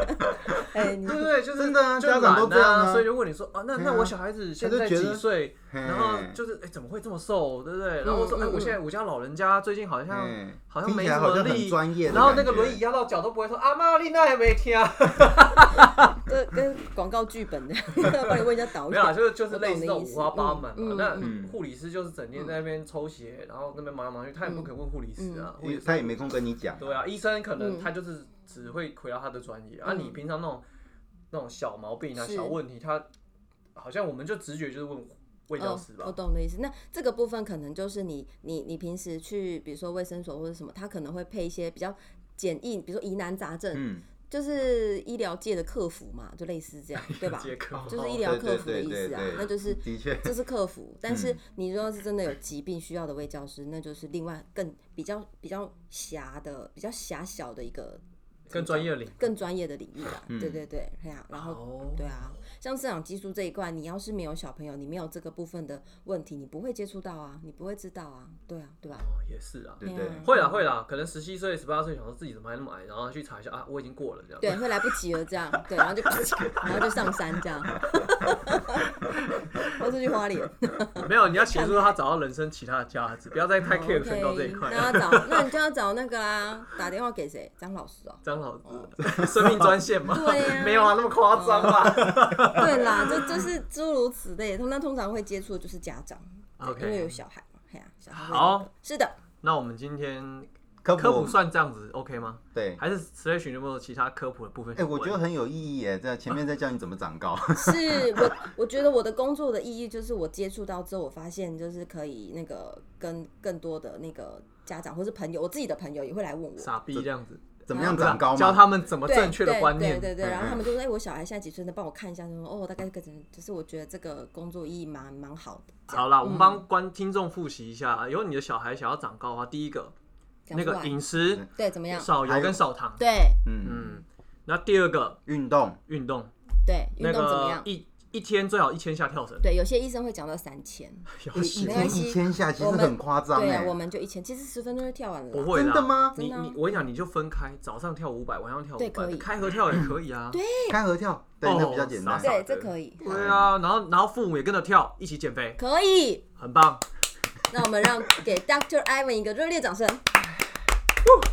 [SPEAKER 3] 哎，你
[SPEAKER 1] 对对，就是
[SPEAKER 2] 真的啊
[SPEAKER 1] 就
[SPEAKER 2] 家长都
[SPEAKER 1] 懒
[SPEAKER 2] 这样
[SPEAKER 1] 啊。
[SPEAKER 2] 啊
[SPEAKER 1] 所以就问你说啊，那那
[SPEAKER 2] 对啊
[SPEAKER 1] 我小孩子现
[SPEAKER 2] 他就
[SPEAKER 1] 在
[SPEAKER 2] 觉
[SPEAKER 1] 几
[SPEAKER 2] 得
[SPEAKER 1] 岁？
[SPEAKER 2] 嘿
[SPEAKER 1] 然后就是哎，怎么会这么瘦，对不对？然后我说
[SPEAKER 3] 嗯
[SPEAKER 1] 哎，我
[SPEAKER 3] 嗯
[SPEAKER 1] 现在我家老人家最近好像
[SPEAKER 2] 嘿
[SPEAKER 1] 好像
[SPEAKER 2] 听
[SPEAKER 1] 没
[SPEAKER 2] 起
[SPEAKER 1] 什
[SPEAKER 2] 来好
[SPEAKER 1] 么
[SPEAKER 2] 像很
[SPEAKER 1] 力，
[SPEAKER 2] 专业
[SPEAKER 1] 嗯
[SPEAKER 2] 的
[SPEAKER 1] 然后那个
[SPEAKER 2] 感觉
[SPEAKER 1] 轮椅压到脚都不会说阿妈丽娜也没听啊，
[SPEAKER 3] 这跟广告剧本的，帮你问一下导
[SPEAKER 1] 没有啦，
[SPEAKER 3] 演。
[SPEAKER 1] 就是就是
[SPEAKER 3] 我懂
[SPEAKER 1] 类似这种
[SPEAKER 3] 你的意
[SPEAKER 1] 五
[SPEAKER 3] 思
[SPEAKER 1] 花八门嘛
[SPEAKER 3] 嗯。
[SPEAKER 1] 那
[SPEAKER 2] 嗯
[SPEAKER 1] 护理师就是整天在那边抽血，然后那边忙来忙去，他也
[SPEAKER 3] 嗯
[SPEAKER 1] 不肯问护理师啊，
[SPEAKER 2] 因
[SPEAKER 1] 我
[SPEAKER 2] 为
[SPEAKER 1] 也
[SPEAKER 2] 他也没空跟你讲。
[SPEAKER 1] 对啊，医生可能
[SPEAKER 3] 嗯
[SPEAKER 1] 他就是只会回到他的专业，啊，
[SPEAKER 3] 嗯
[SPEAKER 1] 你平常那种那种小毛病啊、
[SPEAKER 3] 是
[SPEAKER 1] 小问题，他好像我们就直觉就是问卫教
[SPEAKER 3] 哦
[SPEAKER 1] 师，
[SPEAKER 3] 我
[SPEAKER 1] 吧，
[SPEAKER 3] 懂你的意思。那这个部分可能就是你你你平时去，比如说卫生所或者什么，他可能会配一些比较简易，比如说疑难杂症，
[SPEAKER 2] 嗯，
[SPEAKER 3] 就是医疗界的客服嘛，就类似这样，对吧？哦
[SPEAKER 1] 接客
[SPEAKER 3] 就是医
[SPEAKER 2] 对
[SPEAKER 3] 疗
[SPEAKER 2] 对
[SPEAKER 3] 客服的
[SPEAKER 2] 对
[SPEAKER 3] 意
[SPEAKER 2] 对
[SPEAKER 3] 思啊
[SPEAKER 2] 对，
[SPEAKER 3] 那就是
[SPEAKER 2] 的确，
[SPEAKER 3] 这是客服，但是
[SPEAKER 2] 嗯
[SPEAKER 3] 你如果是真的有疾病需要的卫教师，那就是另外更比较比较狭的、比较狭小的一个
[SPEAKER 1] 更专业领。
[SPEAKER 3] 更专业的领域啦。
[SPEAKER 2] 嗯
[SPEAKER 3] 对对对，哎呀、然后、
[SPEAKER 1] 哦
[SPEAKER 3] 哦对啊，像生长激素这一块，你要是没有小朋友，你没有这个部分的问题，你不会接触到啊，你不会知道啊，对啊，对吧？
[SPEAKER 1] 哦，也是啊，
[SPEAKER 2] 对
[SPEAKER 3] 哎
[SPEAKER 2] 对
[SPEAKER 3] 呀
[SPEAKER 1] 会啦会啦，可能十七岁、十八岁想说自己怎么还那么矮，然后去查一下啊，我已经过了这样。
[SPEAKER 3] 对，会来不及了，这样，对，然后就， 然后就上山这样， 或是去花 莲，
[SPEAKER 1] 没有，你要协助他找到人生其他的价值，不要再太 care 身高这一
[SPEAKER 3] 哦 OK，
[SPEAKER 1] 块。
[SPEAKER 3] 那要找，那你就要找那个啊，打电话给谁？张老师哦。
[SPEAKER 1] 张老师， 生命专线嘛，
[SPEAKER 3] 对呀哦
[SPEAKER 1] 没有啊，那么夸张吧
[SPEAKER 3] 对啦，这就是诸如此类。通常通常会接触的就是家长对因为有
[SPEAKER 1] ？OK，
[SPEAKER 3] 小孩嘛，嘿呀、小孩会那个
[SPEAKER 1] 好，
[SPEAKER 3] 是的，
[SPEAKER 1] 那我们今天
[SPEAKER 2] 科
[SPEAKER 1] 科普算这样子 OK 吗？
[SPEAKER 2] 对。
[SPEAKER 1] 还是 Slash 有没有其他科普的部分
[SPEAKER 2] 哎，
[SPEAKER 1] 想
[SPEAKER 2] 我
[SPEAKER 1] 问？
[SPEAKER 2] 觉得很有意义耶，在前面在教你怎么长高。
[SPEAKER 3] 是我 我觉得我的工作的意义就是我接触到之后，我发现就是可以那个跟更多的那个家长或是朋友，我自己的朋友也会来问我。
[SPEAKER 1] 傻逼这样子，
[SPEAKER 2] 怎么样长高
[SPEAKER 1] 教
[SPEAKER 2] 嘛？
[SPEAKER 1] 他们怎么
[SPEAKER 3] 对
[SPEAKER 1] 正确的观念。
[SPEAKER 3] 对对对对，
[SPEAKER 2] 嗯
[SPEAKER 3] 然后他们就说：“哎、我小孩现在几岁呢？帮我看一下。”就说：“哦，大概个就是我觉得这个工作意义蛮蛮好的。这样”
[SPEAKER 1] 好啦，我们帮观听众复习一下，有你的小孩想要长高的话，第一个
[SPEAKER 3] 讲
[SPEAKER 1] 那
[SPEAKER 3] 出
[SPEAKER 1] 个
[SPEAKER 3] 来
[SPEAKER 1] 饮食
[SPEAKER 2] 嗯
[SPEAKER 3] 对怎么样？
[SPEAKER 1] 少油
[SPEAKER 2] 还有
[SPEAKER 1] 跟少糖，
[SPEAKER 3] 对
[SPEAKER 2] 嗯，
[SPEAKER 1] 嗯，那第二个
[SPEAKER 2] 运动，
[SPEAKER 1] 运动，
[SPEAKER 3] 对，运
[SPEAKER 1] 那
[SPEAKER 3] 动怎么
[SPEAKER 1] 个
[SPEAKER 3] 样？
[SPEAKER 1] 一一天最好一千下跳 绳，
[SPEAKER 3] 对，有些医生会讲到三千，
[SPEAKER 1] 有
[SPEAKER 2] 一
[SPEAKER 1] 戏
[SPEAKER 2] 一
[SPEAKER 3] 没关
[SPEAKER 2] 天
[SPEAKER 3] 系
[SPEAKER 2] 一千下，其实
[SPEAKER 3] 我们
[SPEAKER 2] 很夸张
[SPEAKER 3] 对啊，
[SPEAKER 2] 哎
[SPEAKER 3] 我。们就一千，其实十分钟就跳完了啦。
[SPEAKER 1] 不会啦
[SPEAKER 2] 真的吗
[SPEAKER 1] 你
[SPEAKER 3] 真的啊
[SPEAKER 1] 你我跟你讲，你就分开，早上跳五百，晚上跳
[SPEAKER 3] 对
[SPEAKER 1] 五
[SPEAKER 3] 可
[SPEAKER 1] 百
[SPEAKER 3] 以，
[SPEAKER 1] 开合跳也可以啊。对
[SPEAKER 2] 开合跳，对，那比较简单
[SPEAKER 1] 哦傻。傻的
[SPEAKER 3] 对，这可以，
[SPEAKER 1] 对啊，然后然后父母也跟着跳，一起减肥，
[SPEAKER 3] 可以。
[SPEAKER 1] 很棒。
[SPEAKER 3] 那我们让给 Dr. Ivan 一个热烈掌声。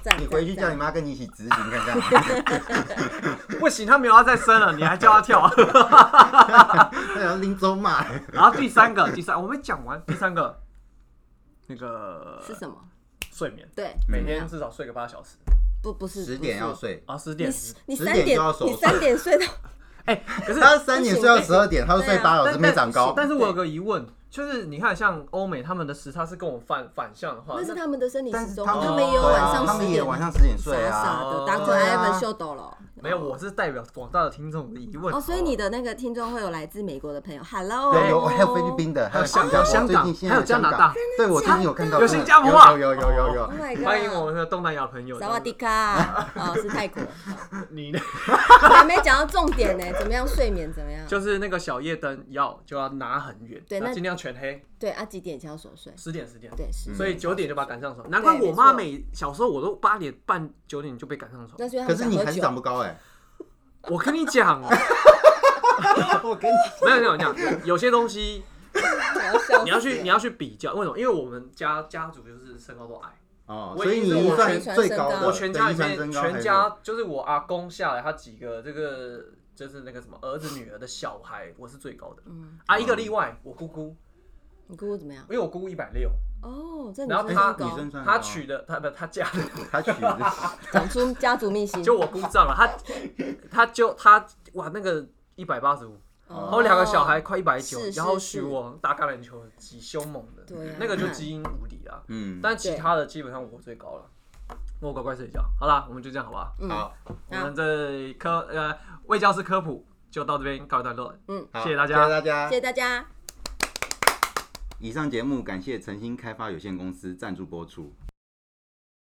[SPEAKER 3] 赞
[SPEAKER 2] 你回去叫你
[SPEAKER 3] 赞
[SPEAKER 2] 妈跟你一起执行看看。
[SPEAKER 1] 不行，他没有要再生了，你还叫他跳。啊
[SPEAKER 2] 那要拎走骂。
[SPEAKER 1] 然后第三个，第三我没讲完，第三个那个
[SPEAKER 3] 赞是什么？
[SPEAKER 1] 睡眠，
[SPEAKER 3] 对，
[SPEAKER 1] 每
[SPEAKER 3] 怎么
[SPEAKER 1] 天
[SPEAKER 3] 样
[SPEAKER 1] 至少睡个八小时
[SPEAKER 3] 不不是
[SPEAKER 2] 十点要，睡，
[SPEAKER 1] 啊，十
[SPEAKER 3] 不
[SPEAKER 1] 点
[SPEAKER 3] 是你你
[SPEAKER 2] 十
[SPEAKER 3] 三
[SPEAKER 2] 点
[SPEAKER 3] 点
[SPEAKER 2] 就要熟
[SPEAKER 3] 你三点睡到
[SPEAKER 1] 哎、可是
[SPEAKER 2] 他三点睡到
[SPEAKER 3] 不
[SPEAKER 2] 十
[SPEAKER 3] 行
[SPEAKER 2] 二点，他就睡
[SPEAKER 3] 对啊
[SPEAKER 2] 八小
[SPEAKER 1] 但
[SPEAKER 2] 时没长高。
[SPEAKER 1] 但是我有个疑问，就是你看像欧美他们的时差是跟我们反反向的话，
[SPEAKER 3] 那是
[SPEAKER 1] 那
[SPEAKER 3] 他们的生理
[SPEAKER 2] 但
[SPEAKER 3] 时
[SPEAKER 2] 是
[SPEAKER 3] 钟，
[SPEAKER 2] 他们
[SPEAKER 3] 们也有
[SPEAKER 2] 对
[SPEAKER 3] 晚
[SPEAKER 2] 啊
[SPEAKER 3] 上
[SPEAKER 2] 他
[SPEAKER 3] 十
[SPEAKER 2] 们也
[SPEAKER 3] 点
[SPEAKER 2] 有晚上十点
[SPEAKER 3] 傻
[SPEAKER 2] 睡
[SPEAKER 3] 傻
[SPEAKER 2] 啊。
[SPEAKER 3] 的
[SPEAKER 1] 哦
[SPEAKER 3] Dr.
[SPEAKER 2] 对啊
[SPEAKER 3] Ivan 秀到了
[SPEAKER 1] 没有，我是代表广大的听众的疑问。
[SPEAKER 3] 哦，所以你的那个听众会有来自美国的朋友，Hello，
[SPEAKER 2] 啊对，有还有菲律宾的，还有
[SPEAKER 1] 香
[SPEAKER 2] 新加坡
[SPEAKER 1] 香港
[SPEAKER 2] 最近现
[SPEAKER 1] 啊还
[SPEAKER 2] 在
[SPEAKER 1] 有加拿
[SPEAKER 2] 香
[SPEAKER 1] 大
[SPEAKER 2] 港，对我最近有看到
[SPEAKER 1] 有
[SPEAKER 2] 真
[SPEAKER 1] 新
[SPEAKER 2] 的
[SPEAKER 1] 加坡啊
[SPEAKER 2] 有有有有有
[SPEAKER 3] ，Oh
[SPEAKER 2] 有，
[SPEAKER 3] my
[SPEAKER 1] 欢迎我
[SPEAKER 3] god，
[SPEAKER 1] 们的东南亚朋友。
[SPEAKER 3] 萨瓦迪卡，哦，是泰国， 哦
[SPEAKER 1] 你呢？
[SPEAKER 3] 还没讲到重点呢，怎么样睡眠怎么样？
[SPEAKER 1] 就是那个小夜灯要就要拿很远，
[SPEAKER 3] 对那
[SPEAKER 1] 那尽量全黑，
[SPEAKER 3] 对，啊，几点以前要熟睡？
[SPEAKER 1] 十点十点。
[SPEAKER 3] 对，是，
[SPEAKER 2] 嗯
[SPEAKER 1] 所以九点就把它赶上床，难怪我妈每小时候我都八点半九点就被赶上
[SPEAKER 3] 那
[SPEAKER 1] 床。
[SPEAKER 3] 所以
[SPEAKER 2] 可
[SPEAKER 3] 他们
[SPEAKER 2] 是
[SPEAKER 3] 想
[SPEAKER 2] 你
[SPEAKER 3] 喝
[SPEAKER 2] 还是
[SPEAKER 3] 酒
[SPEAKER 2] 长。不 高哎。
[SPEAKER 1] 我跟你讲，哦
[SPEAKER 2] 我跟你
[SPEAKER 1] 没有没有没有，有些东西
[SPEAKER 3] 我要笑死
[SPEAKER 1] 你要去你要去比较，为什么？因为我们家家族就是身高都矮，
[SPEAKER 2] 哦，
[SPEAKER 1] 我
[SPEAKER 2] 所以
[SPEAKER 1] 已经
[SPEAKER 2] 你
[SPEAKER 1] 是
[SPEAKER 2] 算最高
[SPEAKER 3] 我
[SPEAKER 2] 的，
[SPEAKER 1] 我全家里
[SPEAKER 2] 对遗传
[SPEAKER 1] 面
[SPEAKER 2] 身高还
[SPEAKER 1] 全
[SPEAKER 2] 是
[SPEAKER 1] 家就是我阿公下来，他几个这个就是那个什么儿子女儿的小孩，我是最高的。
[SPEAKER 3] 嗯
[SPEAKER 1] 啊，一个例外，我姑姑，
[SPEAKER 3] 你姑姑怎么样
[SPEAKER 1] 因？为我姑姑一百六，
[SPEAKER 3] 哦，这女
[SPEAKER 1] 然后
[SPEAKER 3] 生
[SPEAKER 1] 她
[SPEAKER 3] 身
[SPEAKER 2] 女
[SPEAKER 3] 高啊
[SPEAKER 2] 生算
[SPEAKER 1] 她
[SPEAKER 2] 高
[SPEAKER 1] 娶的她不她嫁的
[SPEAKER 2] 他娶 的，
[SPEAKER 3] 讲出家族秘辛，
[SPEAKER 1] 就我姑丈了，她 她就她哇那个一百八十五，
[SPEAKER 3] 哦
[SPEAKER 1] 然后两个小孩快一百九
[SPEAKER 3] 是，哦是
[SPEAKER 1] 然后许我打橄榄球极凶猛的，
[SPEAKER 3] 对啊
[SPEAKER 1] 那个就基因无敌啦。
[SPEAKER 2] 嗯，
[SPEAKER 1] 但其他的基本上我最高了，那我乖乖睡觉。好啦，我们就这样好吧？
[SPEAKER 3] 嗯
[SPEAKER 2] 好，
[SPEAKER 1] 我们这科呃卫教师科普就到这边告一段落。
[SPEAKER 2] 好
[SPEAKER 1] 谢谢大家
[SPEAKER 2] 谢谢大家
[SPEAKER 3] 嗯谢。谢大家。
[SPEAKER 2] 以上节目感谢诚心开发有限公司赞助播出。